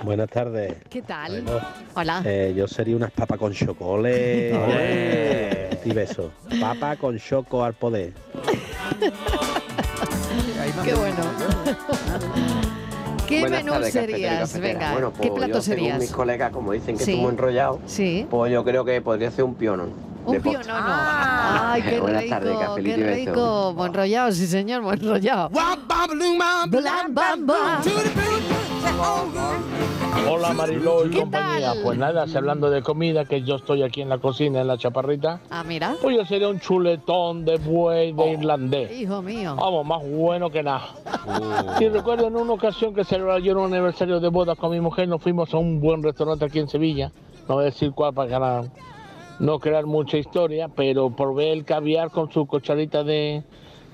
Speaker 12: Buenas tardes.
Speaker 1: ¿Qué tal?
Speaker 12: Bueno,
Speaker 1: Hola.
Speaker 12: eh, yo sería unas papas con chocolate. eh,
Speaker 1: Olé.
Speaker 12: y beso. Papa con choco al poder.
Speaker 1: Qué bueno. ¿Qué
Speaker 15: Buenas
Speaker 1: menú
Speaker 15: tardes, cafetero y
Speaker 1: serías?
Speaker 15: cafetera.
Speaker 1: Venga,
Speaker 15: Bueno,
Speaker 1: ¿qué
Speaker 15: pues
Speaker 1: plato
Speaker 15: yo, según
Speaker 1: serías?
Speaker 15: mis colegas, como dicen que
Speaker 1: Sí.
Speaker 15: estuvo enrollado,
Speaker 1: Sí.
Speaker 15: pues yo creo que podría ser un piono.
Speaker 1: Un pionono. Ay, qué
Speaker 15: Buenas
Speaker 1: rico,
Speaker 15: tardes, cafelito y
Speaker 1: qué
Speaker 15: besos.
Speaker 1: rico. Buen rollado, sí señor, buen rollado.
Speaker 16: Hola Mariló y
Speaker 1: ¿Qué
Speaker 16: compañía.
Speaker 1: tal?
Speaker 16: Pues nada, si hablando de comida, que yo estoy aquí en la cocina, en la chaparrita.
Speaker 1: Ah, mira.
Speaker 16: Pues yo sería un chuletón de buey de irlandés.
Speaker 1: Oh, Hijo mío.
Speaker 16: Vamos, más bueno que nada.
Speaker 12: Uh.
Speaker 16: Y recuerdo en una ocasión que celebraba yo un aniversario de bodas con mi mujer, nos fuimos a un buen restaurante aquí en Sevilla. No voy a decir cuál para ganar- no crear mucha historia, pero probé el caviar con su cucharita de,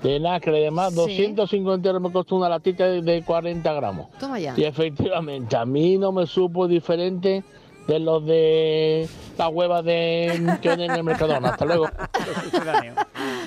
Speaker 16: de nacre y demás.
Speaker 1: Sí.
Speaker 16: 250 euros me costó una latita de, de 40 gramos.
Speaker 1: Toma ya.
Speaker 16: Y efectivamente, a mí no me supo diferente de los de las huevas de, que venden en el Mercadona. Hasta luego.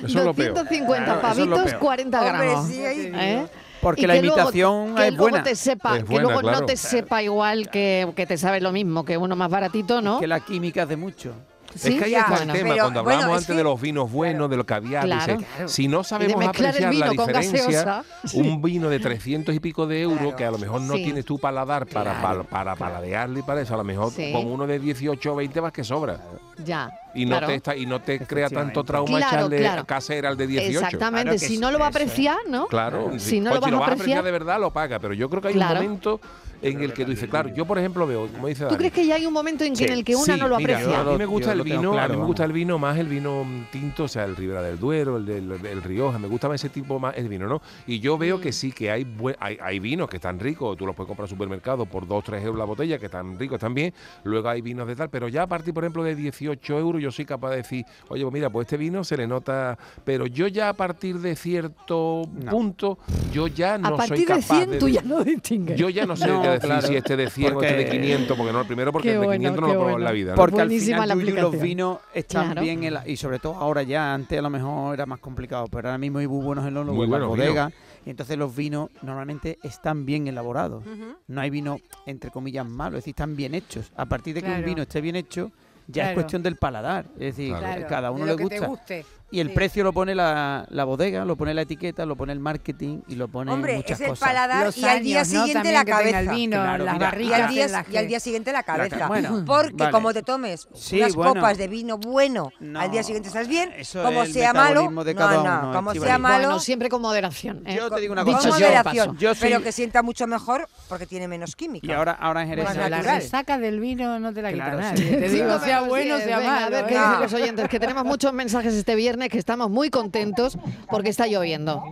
Speaker 1: Eso es lo peor. 250
Speaker 16: Claro, eso es lo
Speaker 1: pavitos,
Speaker 16: peor.
Speaker 1: 40
Speaker 16: Hombre,
Speaker 1: gramos.
Speaker 16: sí, ahí-
Speaker 1: ¿Eh?
Speaker 8: Porque
Speaker 1: Y
Speaker 8: la
Speaker 1: que luego-
Speaker 8: imitación
Speaker 1: que
Speaker 8: es
Speaker 1: luego
Speaker 8: buena.
Speaker 1: te sepa,
Speaker 8: Es
Speaker 1: que
Speaker 8: buena,
Speaker 1: luego no
Speaker 8: claro.
Speaker 1: te sepa igual que, que te sabe lo mismo, que uno más baratito, ¿no?
Speaker 8: Que la química hace mucho.
Speaker 1: Sí,
Speaker 5: es que ahí
Speaker 1: ya.
Speaker 5: está
Speaker 1: Bueno,
Speaker 5: el tema,
Speaker 1: pero,
Speaker 5: cuando
Speaker 1: bueno,
Speaker 5: hablábamos
Speaker 1: es
Speaker 5: antes de los vinos buenos, del caviar,
Speaker 1: Claro.
Speaker 5: dice, si
Speaker 1: Y
Speaker 5: no
Speaker 1: de
Speaker 5: sabemos
Speaker 1: mezclar el
Speaker 5: apreciar la
Speaker 1: vino con
Speaker 5: diferencia,
Speaker 1: gaseosa.
Speaker 5: un vino de 300 y pico de euros, que a lo mejor no
Speaker 1: Sí.
Speaker 5: tienes tu paladar para, para, para paladearlo y para eso, a lo mejor
Speaker 1: Sí.
Speaker 5: con uno de 18 o 20 vas que sobra.
Speaker 1: Ya.
Speaker 5: Y no,
Speaker 1: claro.
Speaker 5: te, está, y no te crea tanto trauma
Speaker 1: Claro,
Speaker 5: echarle
Speaker 1: claro.
Speaker 5: casera al de 18.
Speaker 1: Exactamente, si no lo va a apreciar, ¿no?
Speaker 5: Claro,
Speaker 1: si,
Speaker 5: sí.
Speaker 1: no
Speaker 5: O
Speaker 1: lo vas a apreciar.
Speaker 5: de verdad, lo paga. Pero yo creo que hay
Speaker 1: Claro.
Speaker 5: un momento en el que tú dices, claro, yo por ejemplo veo, como dice
Speaker 1: ¿Tú
Speaker 5: Dani,
Speaker 1: crees que ya hay un momento en, que, en el que una
Speaker 5: Sí,
Speaker 1: no lo
Speaker 5: mira,
Speaker 1: aprecia?
Speaker 5: a mí me gusta el
Speaker 8: lo tengo
Speaker 5: vino, a
Speaker 8: claro,
Speaker 5: mí me
Speaker 8: vamos.
Speaker 5: gusta el vino más el vino mm, tinto, o sea, el Ribera del Duero, el del el Rioja, me gusta más ese tipo más el vino, ¿no? Y yo veo
Speaker 1: Mm.
Speaker 5: que sí que hay, buen- hay hay vinos que están ricos, tú los puedes comprar en supermercado por 2, 3 euros la botella, que están ricos también. Luego hay vinos de tal, pero ya a partir, por ejemplo, de 18 euros yo soy capaz de decir, oye, pues mira, pues este vino se le nota, pero yo ya a partir de cierto punto yo ya
Speaker 1: a
Speaker 5: no soy
Speaker 1: partir de
Speaker 5: capaz
Speaker 1: 100 tú ya no distingues.
Speaker 5: yo ya no sé
Speaker 8: No,
Speaker 5: qué decir
Speaker 8: claro.
Speaker 5: si este de 100 o este de
Speaker 8: Porque-
Speaker 5: 500, porque no, primero porque
Speaker 8: Qué
Speaker 5: el de
Speaker 8: bueno,
Speaker 5: 500
Speaker 8: qué
Speaker 5: no lo probó en
Speaker 8: bueno.
Speaker 5: la vida. ¿no?
Speaker 8: Porque al final Yuyu, los
Speaker 1: aplicación.
Speaker 8: vinos están
Speaker 1: Claro.
Speaker 8: bien hela- y sobre todo ahora ya, antes a lo mejor era más complicado, pero ahora mismo hay muy buenos enólogos
Speaker 5: Muy
Speaker 8: en las
Speaker 5: buenos
Speaker 8: bodegas y entonces los vinos normalmente están bien elaborados. No hay vino entre comillas malo, es decir, están bien hechos. A partir de que
Speaker 6: Claro.
Speaker 8: un vino esté bien hecho, ya
Speaker 6: Claro.
Speaker 8: es cuestión del paladar, es decir,
Speaker 6: Claro.
Speaker 8: cada
Speaker 6: De
Speaker 8: uno
Speaker 6: lo
Speaker 8: le
Speaker 6: que te
Speaker 8: gusta.
Speaker 6: guste.
Speaker 8: Y el
Speaker 6: Sí.
Speaker 8: precio lo pone la, la bodega, lo pone la etiqueta, lo pone el marketing y lo pone
Speaker 9: Hombre,
Speaker 8: muchas
Speaker 9: es el
Speaker 8: cosas.
Speaker 9: paladar
Speaker 8: Los
Speaker 9: y al día
Speaker 8: años, ¿no?
Speaker 9: siguiente
Speaker 8: También
Speaker 9: la
Speaker 8: que tenga el
Speaker 9: cabeza.
Speaker 8: vino, Claro, las mira. barricas
Speaker 9: y, al día,
Speaker 8: en las
Speaker 9: y al día
Speaker 8: que-
Speaker 9: siguiente la
Speaker 8: ca-
Speaker 9: cabeza.
Speaker 8: bueno,
Speaker 9: Porque
Speaker 8: vale.
Speaker 9: como te tomes
Speaker 8: Sí,
Speaker 9: unas
Speaker 8: bueno.
Speaker 9: copas de vino bueno, al día siguiente estás bien,
Speaker 8: eso
Speaker 9: como
Speaker 8: es el
Speaker 9: sea malo,
Speaker 8: metabolismo de
Speaker 9: no,
Speaker 8: cada
Speaker 9: no,
Speaker 8: uno,
Speaker 9: como
Speaker 8: Estíbaliz.
Speaker 9: sea malo,
Speaker 1: Bueno, siempre con moderación. ¿eh?
Speaker 8: Yo te digo una
Speaker 9: con
Speaker 8: cosa, yo
Speaker 9: moderación,
Speaker 8: paso. Yo soy-
Speaker 9: pero que sienta mucho mejor porque tiene menos química.
Speaker 8: Y ahora, ahora en Jerez
Speaker 9: Más
Speaker 8: se-
Speaker 6: La
Speaker 9: natural.
Speaker 6: resaca del vino no te la quita
Speaker 8: Claro,
Speaker 6: nadie.
Speaker 8: sí.
Speaker 6: Te digo,
Speaker 8: Cinco
Speaker 6: sea
Speaker 1: menos
Speaker 6: bueno,
Speaker 1: diez,
Speaker 6: sea
Speaker 1: venga, a
Speaker 6: malo.
Speaker 1: ver qué
Speaker 6: ¿eh?
Speaker 1: dicen los oyentes, que tenemos muchos mensajes este viernes, que estamos muy contentos porque está lloviendo.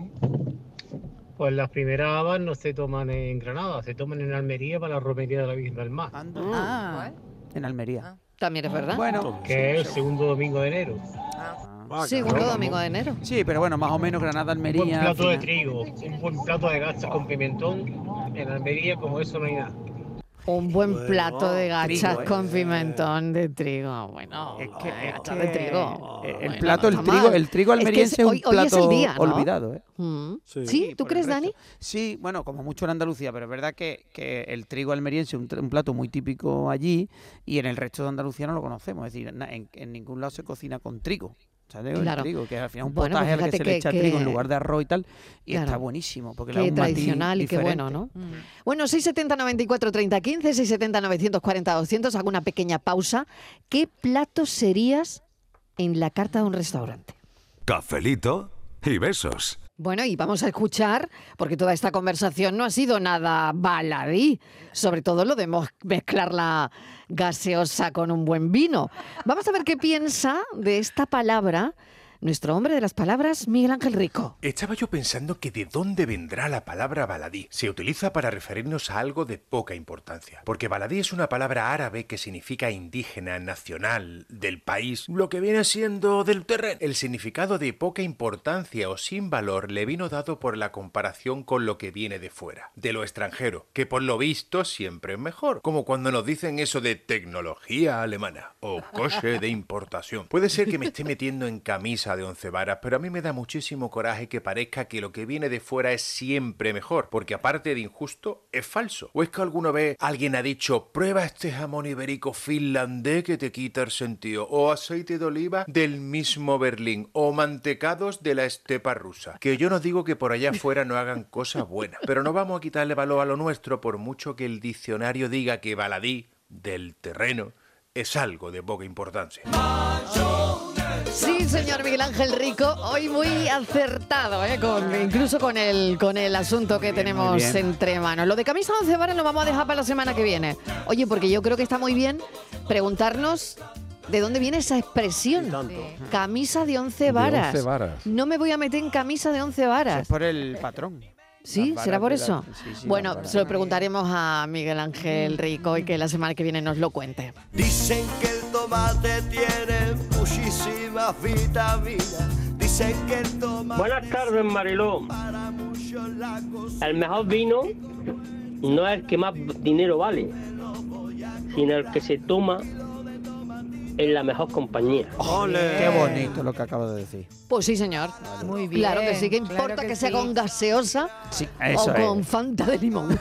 Speaker 17: Pues las primeras habas no se toman en Granada, se toman en Almería para la romería de la Virgen del Mar.
Speaker 12: Mm.
Speaker 1: Ah,
Speaker 8: en Almería.
Speaker 1: También es verdad.
Speaker 8: Bueno,
Speaker 17: que es el segundo domingo de enero.
Speaker 1: Ah, Segundo domingo de enero.
Speaker 8: Sí, pero bueno, más o menos Granada, Almería.
Speaker 17: Un buen plato de
Speaker 8: Fina-
Speaker 17: trigo, un buen plato de gachas con pimentón. En Almería, como eso, no hay nada.
Speaker 1: Un buen
Speaker 17: Bueno,
Speaker 1: plato de gachas
Speaker 17: trigo, ¿eh?
Speaker 1: con pimentón de trigo. Bueno, es que, de trigo.
Speaker 8: El
Speaker 1: Bueno,
Speaker 8: plato, el
Speaker 1: no está
Speaker 8: trigo,
Speaker 1: mal.
Speaker 8: el trigo
Speaker 1: Es que
Speaker 8: almeriense es,
Speaker 1: hoy-
Speaker 8: un
Speaker 1: hoy
Speaker 8: plato
Speaker 1: es el día, ¿no?
Speaker 8: olvidado, ¿eh?
Speaker 1: Mm. Sí, ¿tú
Speaker 8: por el
Speaker 1: crees,
Speaker 8: resto.
Speaker 1: Dani?
Speaker 8: Sí, bueno, como mucho en Andalucía, pero es verdad que, que el trigo almeriense es un, tr- un plato muy típico allí y en el resto de Andalucía no lo conocemos. Es decir, na- en, en ningún lado se cocina con trigo. ¿Sabes?
Speaker 1: Claro.
Speaker 8: El trigo, que al final es un
Speaker 1: Bueno,
Speaker 8: potaje
Speaker 1: pues
Speaker 8: al que se
Speaker 1: fíjate
Speaker 8: le echa
Speaker 1: que-
Speaker 8: trigo en
Speaker 1: que-
Speaker 8: lugar de arroz y tal, y
Speaker 1: Claro.
Speaker 8: está buenísimo. Porque le da
Speaker 1: Qué
Speaker 8: un matiz
Speaker 1: tradicional y qué bueno, ¿no? Mm.
Speaker 8: diferente. Mm.
Speaker 1: Bueno, 670 94 30 15, 670 940 200, hago una pequeña pausa. ¿Qué plato serías en la carta de un restaurante?
Speaker 11: Cafelito y besos.
Speaker 1: Bueno, y vamos a escuchar, porque toda esta conversación no ha sido nada baladí, sobre todo lo de mos- mezclar la gaseosa con un buen vino. Vamos a ver qué piensa de esta palabra nuestro hombre de las palabras, Miguel Ángel Rico.
Speaker 13: Estaba yo pensando que de dónde vendrá la palabra baladí. Se utiliza para referirnos a algo de poca importancia, porque baladí es una palabra árabe que significa indígena, nacional, del país, lo que viene siendo del terreno. El significado de poca importancia o sin valor le vino dado por la comparación con lo que viene de fuera, de lo extranjero, que por lo visto siempre es mejor, como cuando nos dicen eso de tecnología alemana o coche de importación. Puede ser que me esté metiendo en camisa de once varas, pero a mí me da muchísimo coraje que parezca que lo que viene de fuera es siempre mejor, porque aparte de injusto, es falso. ¿O es que alguna vez alguien ha dicho, prueba este jamón ibérico finlandés que te quita el sentido, o aceite de oliva del mismo Berlín, o mantecados de la estepa rusa? Que yo no digo que por allá afuera no hagan cosas buenas, pero no vamos a quitarle valor a lo nuestro por mucho que el diccionario diga que baladí del terreno es algo de poca importancia.
Speaker 1: Ah. Sí, señor Miguel Ángel Rico, hoy muy acertado, ¿eh? Con- incluso con el, con el asunto que tenemos
Speaker 28: bien.
Speaker 1: entre manos. Lo de camisa once varas lo vamos a dejar para la semana que viene. Oye, porque yo creo que está muy bien preguntarnos de dónde viene esa expresión. Camisa de once varas.
Speaker 29: once varas.
Speaker 1: No me voy a meter en camisa de once varas.
Speaker 8: Es por el patrón.
Speaker 1: ¿Sí?
Speaker 8: Las
Speaker 1: ¿Será
Speaker 8: varas
Speaker 1: por
Speaker 8: de la-
Speaker 1: eso?
Speaker 8: sí, sí, las
Speaker 1: bueno,
Speaker 8: varas.
Speaker 1: se lo preguntaremos a Miguel Ángel Rico y que la semana que viene nos lo cuente.
Speaker 28: Dicen que el tomate tiene muchísimas vitaminas. Dicen que el tomate.
Speaker 18: Buenas tardes, Mariló. El mejor vino no es el que más dinero vale, sino el que se toma en la mejor compañía.
Speaker 8: Qué bonito lo que acabo de decir.
Speaker 1: Pues sí, señor. Muy
Speaker 18: bien,
Speaker 1: Claro que sí, que
Speaker 18: claro
Speaker 1: importa que,
Speaker 18: que
Speaker 1: sea
Speaker 18: sí.
Speaker 1: con gaseosa
Speaker 8: Sí,
Speaker 1: o
Speaker 8: eso es.
Speaker 1: con fanta de limón.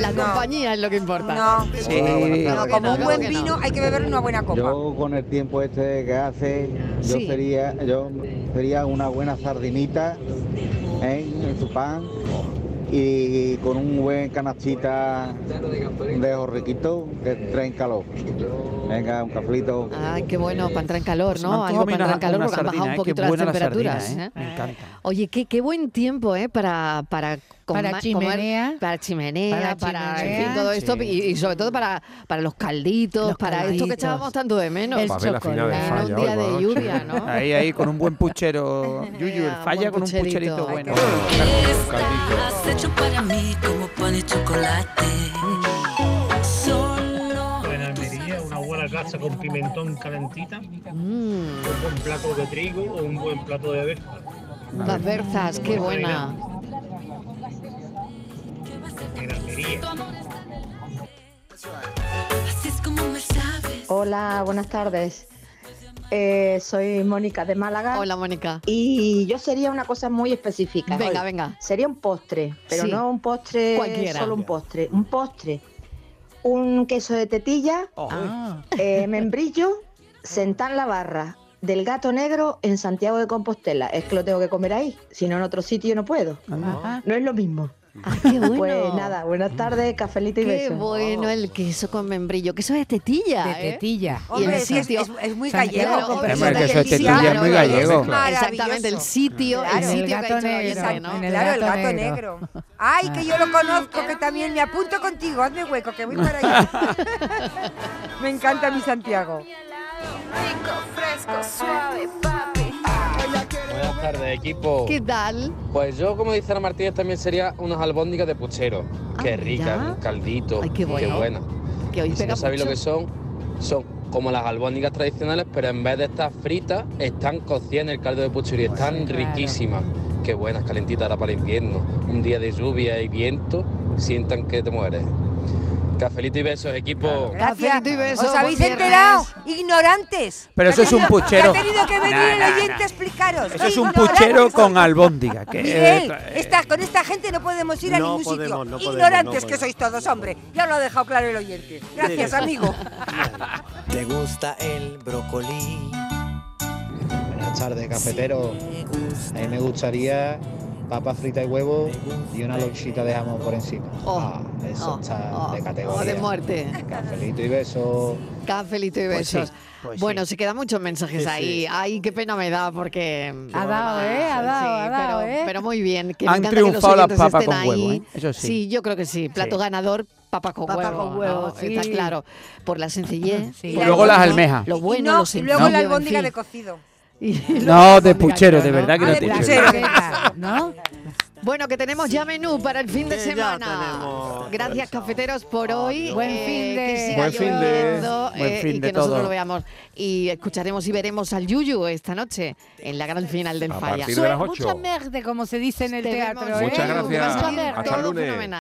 Speaker 1: la compañía es lo que importa.
Speaker 9: No.
Speaker 8: Sí.
Speaker 9: No, como un buen vino hay que beber una buena copa.
Speaker 21: Yo con el tiempo este que hace, yo
Speaker 9: Sí.
Speaker 21: sería, yo sería una buena sardinita ¿eh? en su pan y con un buen canastita de jorriquito que traen calor. Venga, un caflito.
Speaker 1: Ay, qué bueno, para entrar en calor,
Speaker 21: me
Speaker 1: Ah, ¿no?
Speaker 21: antoja
Speaker 1: Algo para
Speaker 21: a mí
Speaker 1: entrar en
Speaker 21: una-
Speaker 1: calor
Speaker 21: una
Speaker 1: porque han bajado
Speaker 21: sardina,
Speaker 1: un
Speaker 21: ¿eh? Qué
Speaker 1: poquito las
Speaker 21: buena la
Speaker 1: temperaturas.
Speaker 21: sardina,
Speaker 1: ¿eh? Oye, qué, qué buen tiempo, ¿eh? Para, para,
Speaker 17: Para
Speaker 1: comer-
Speaker 17: chimenea.
Speaker 1: para chimenea, para,
Speaker 17: Para
Speaker 1: en fin,
Speaker 17: chimenea.
Speaker 1: todo esto
Speaker 17: Sí.
Speaker 1: y, y sobre todo para, para los calditos, para esto que
Speaker 17: calditos.
Speaker 1: estábamos tanto de menos.
Speaker 8: El Para ver la final de chocolate. Falla
Speaker 1: En un
Speaker 8: hoy
Speaker 1: día
Speaker 8: por
Speaker 1: de
Speaker 8: la
Speaker 1: lluvia, ¿no?
Speaker 8: Ahí, ahí, con un buen puchero. Yuyu, el falla con un pucherito
Speaker 1: pucherito.
Speaker 8: bueno.
Speaker 4: Has hecho para mí como pan y chocolate. Solo.
Speaker 16: En Almería, una buena casa con pimentón calentita,
Speaker 1: Mm.
Speaker 16: un buen plato de trigo o un buen plato de berza.
Speaker 1: Las berzas, qué buena.
Speaker 16: En Almería.
Speaker 22: Hola, buenas tardes. Eh, soy Mónica de Málaga.
Speaker 1: Hola, Mónica.
Speaker 22: Y yo sería una cosa muy específica.
Speaker 1: Venga,
Speaker 22: Hoy.
Speaker 1: venga.
Speaker 22: Sería un postre, pero
Speaker 1: Sí.
Speaker 22: no un postre
Speaker 1: Cualquiera.
Speaker 22: solo un postre, un postre. Un queso de tetilla, eh, membrillo, sentar la barra del gato negro en Santiago de Compostela. Es que lo tengo que comer ahí, si no en otro sitio no puedo.
Speaker 1: Ah.
Speaker 22: No es lo mismo. Pues nada, buenas tardes, cafelito y
Speaker 1: Qué
Speaker 22: besos.
Speaker 1: bueno el queso con membrillo. Queso de tetilla.
Speaker 22: De
Speaker 1: ¿eh?
Speaker 22: tetilla.
Speaker 1: Y el
Speaker 22: Hombre, es que es-
Speaker 1: sitio.
Speaker 22: es- es muy
Speaker 1: Santiago
Speaker 22: gallego.
Speaker 1: con
Speaker 22: Hombre,
Speaker 1: personas
Speaker 22: el queso de
Speaker 1: sí,
Speaker 22: tetilla es
Speaker 1: claro,
Speaker 22: muy
Speaker 1: claro,
Speaker 22: gallego.
Speaker 1: claro. Exactamente, el sitio.
Speaker 22: Claro,
Speaker 1: el
Speaker 22: en el
Speaker 1: sitio que ha
Speaker 22: gato
Speaker 1: hecho la
Speaker 22: negro,
Speaker 1: gente, ¿no?
Speaker 22: en el Claro, el gato gato negro. negro.
Speaker 9: Ay, que yo lo conozco, que también me apunto contigo. Hazme hueco, que voy para allá. Me encanta mi Santiago.
Speaker 4: Rico, fresco, suave, papi.
Speaker 30: Buenas tardes, equipo.
Speaker 8: Oh.
Speaker 1: ¿Qué tal?
Speaker 30: Pues yo, como dice Ana Martínez, también sería unas albóndigas de puchero. qué ricas, un caldito.
Speaker 1: Ah, Ay, qué bueno.
Speaker 30: buena.
Speaker 1: Que hoy
Speaker 30: Y si
Speaker 1: pega
Speaker 30: no sabéis lo
Speaker 1: mucho.
Speaker 30: que son, son como las albóndigas tradicionales, pero en vez de estar fritas, están cocidas en el caldo de puchero y
Speaker 1: Pues
Speaker 30: están claro. riquísimas. Qué buenas, calentitas ahora para el invierno. Un día de lluvia y viento, sientan que te mueres. Cafelito y besos, equipo.
Speaker 1: Cafelito y besos,
Speaker 9: ¿Os habéis
Speaker 1: buen viernes.
Speaker 9: enterado? Ignorantes.
Speaker 8: Pero eso es un puchero.
Speaker 9: Ha tenido que venir
Speaker 8: Nah,
Speaker 9: el
Speaker 8: nah,
Speaker 9: oyente
Speaker 8: nah.
Speaker 9: a explicaros.
Speaker 8: Eso es un
Speaker 9: Ignorantes.
Speaker 8: puchero con albóndiga. Que
Speaker 9: Miguel,
Speaker 8: eh,
Speaker 9: esta- con esta gente no podemos ir a
Speaker 8: No
Speaker 9: ningún
Speaker 8: podemos,
Speaker 9: sitio.
Speaker 8: no podemos,
Speaker 9: Ignorantes
Speaker 8: no
Speaker 9: que
Speaker 8: podemos.
Speaker 9: sois todos, hombre. Ya lo ha dejado claro el oyente. Gracias, amigo.
Speaker 28: ¿Te gusta el brócoli?
Speaker 4: Buenas tardes, cafetero. A mí me gustaría papa frita y huevo y una lonchita de jamón por encima.
Speaker 1: Oh,
Speaker 4: Ah, eso
Speaker 1: oh,
Speaker 4: está de categoría.
Speaker 1: Oh, de muerte.
Speaker 4: Cafelito y beso.
Speaker 1: Cafelito y
Speaker 4: Pues sí,
Speaker 1: besos.
Speaker 4: pues
Speaker 1: bueno,
Speaker 4: sí.
Speaker 1: se quedan muchos mensajes
Speaker 4: Sí, sí.
Speaker 1: ahí. Ay, qué pena me da porque.
Speaker 17: Ha dado, ¿eh? Ha dado, ha dado,
Speaker 1: pero,
Speaker 17: ¿eh?
Speaker 1: pero muy bien. Que me
Speaker 8: Han
Speaker 1: encanta que los
Speaker 8: triunfado las
Speaker 1: oyentes
Speaker 8: papas
Speaker 1: estén
Speaker 8: con huevo,
Speaker 1: ahí.
Speaker 8: ¿eh? Eso sí.
Speaker 1: yo creo que sí. Plato
Speaker 8: Sí.
Speaker 1: ganador, papas con
Speaker 9: Papa
Speaker 1: huevo.
Speaker 9: con huevo,
Speaker 1: ¿no?
Speaker 9: sí.
Speaker 1: Está claro. Por la sencillez.
Speaker 8: Y luego las almejas.
Speaker 1: Lo
Speaker 9: Y
Speaker 1: bueno,
Speaker 9: no,
Speaker 1: lo
Speaker 9: y
Speaker 1: sencillo.
Speaker 9: luego la
Speaker 1: en
Speaker 9: albóndiga
Speaker 1: fin.
Speaker 9: de cocido.
Speaker 1: Y
Speaker 8: No,
Speaker 1: luego
Speaker 8: de
Speaker 1: con
Speaker 8: puchero, de
Speaker 1: gallo, ¿no? Ah,
Speaker 8: verdad que no Ah, de puchero.
Speaker 1: ¿No? Bueno, que tenemos ya menú para el fin de
Speaker 8: Eh,
Speaker 1: semana. Gracias, cafeteros, por hoy. Buen fin de que siga
Speaker 8: Buen fin de-
Speaker 1: lloviendo,
Speaker 8: buen
Speaker 1: eh,
Speaker 8: fin
Speaker 1: y
Speaker 8: de
Speaker 1: que nosotros
Speaker 8: todo.
Speaker 1: lo veamos. Y escucharemos y veremos al Yuyu esta noche en la gran final del
Speaker 5: A
Speaker 1: Falla.
Speaker 5: partir de las ocho.
Speaker 6: Mucha merde, como se dice en el
Speaker 1: Te
Speaker 6: teatro.
Speaker 1: vemos,
Speaker 6: ¿eh?
Speaker 5: Muchas gracias.
Speaker 1: Mucha merde.
Speaker 5: Hasta el
Speaker 1: Todo
Speaker 5: lunes.
Speaker 1: fenomenal.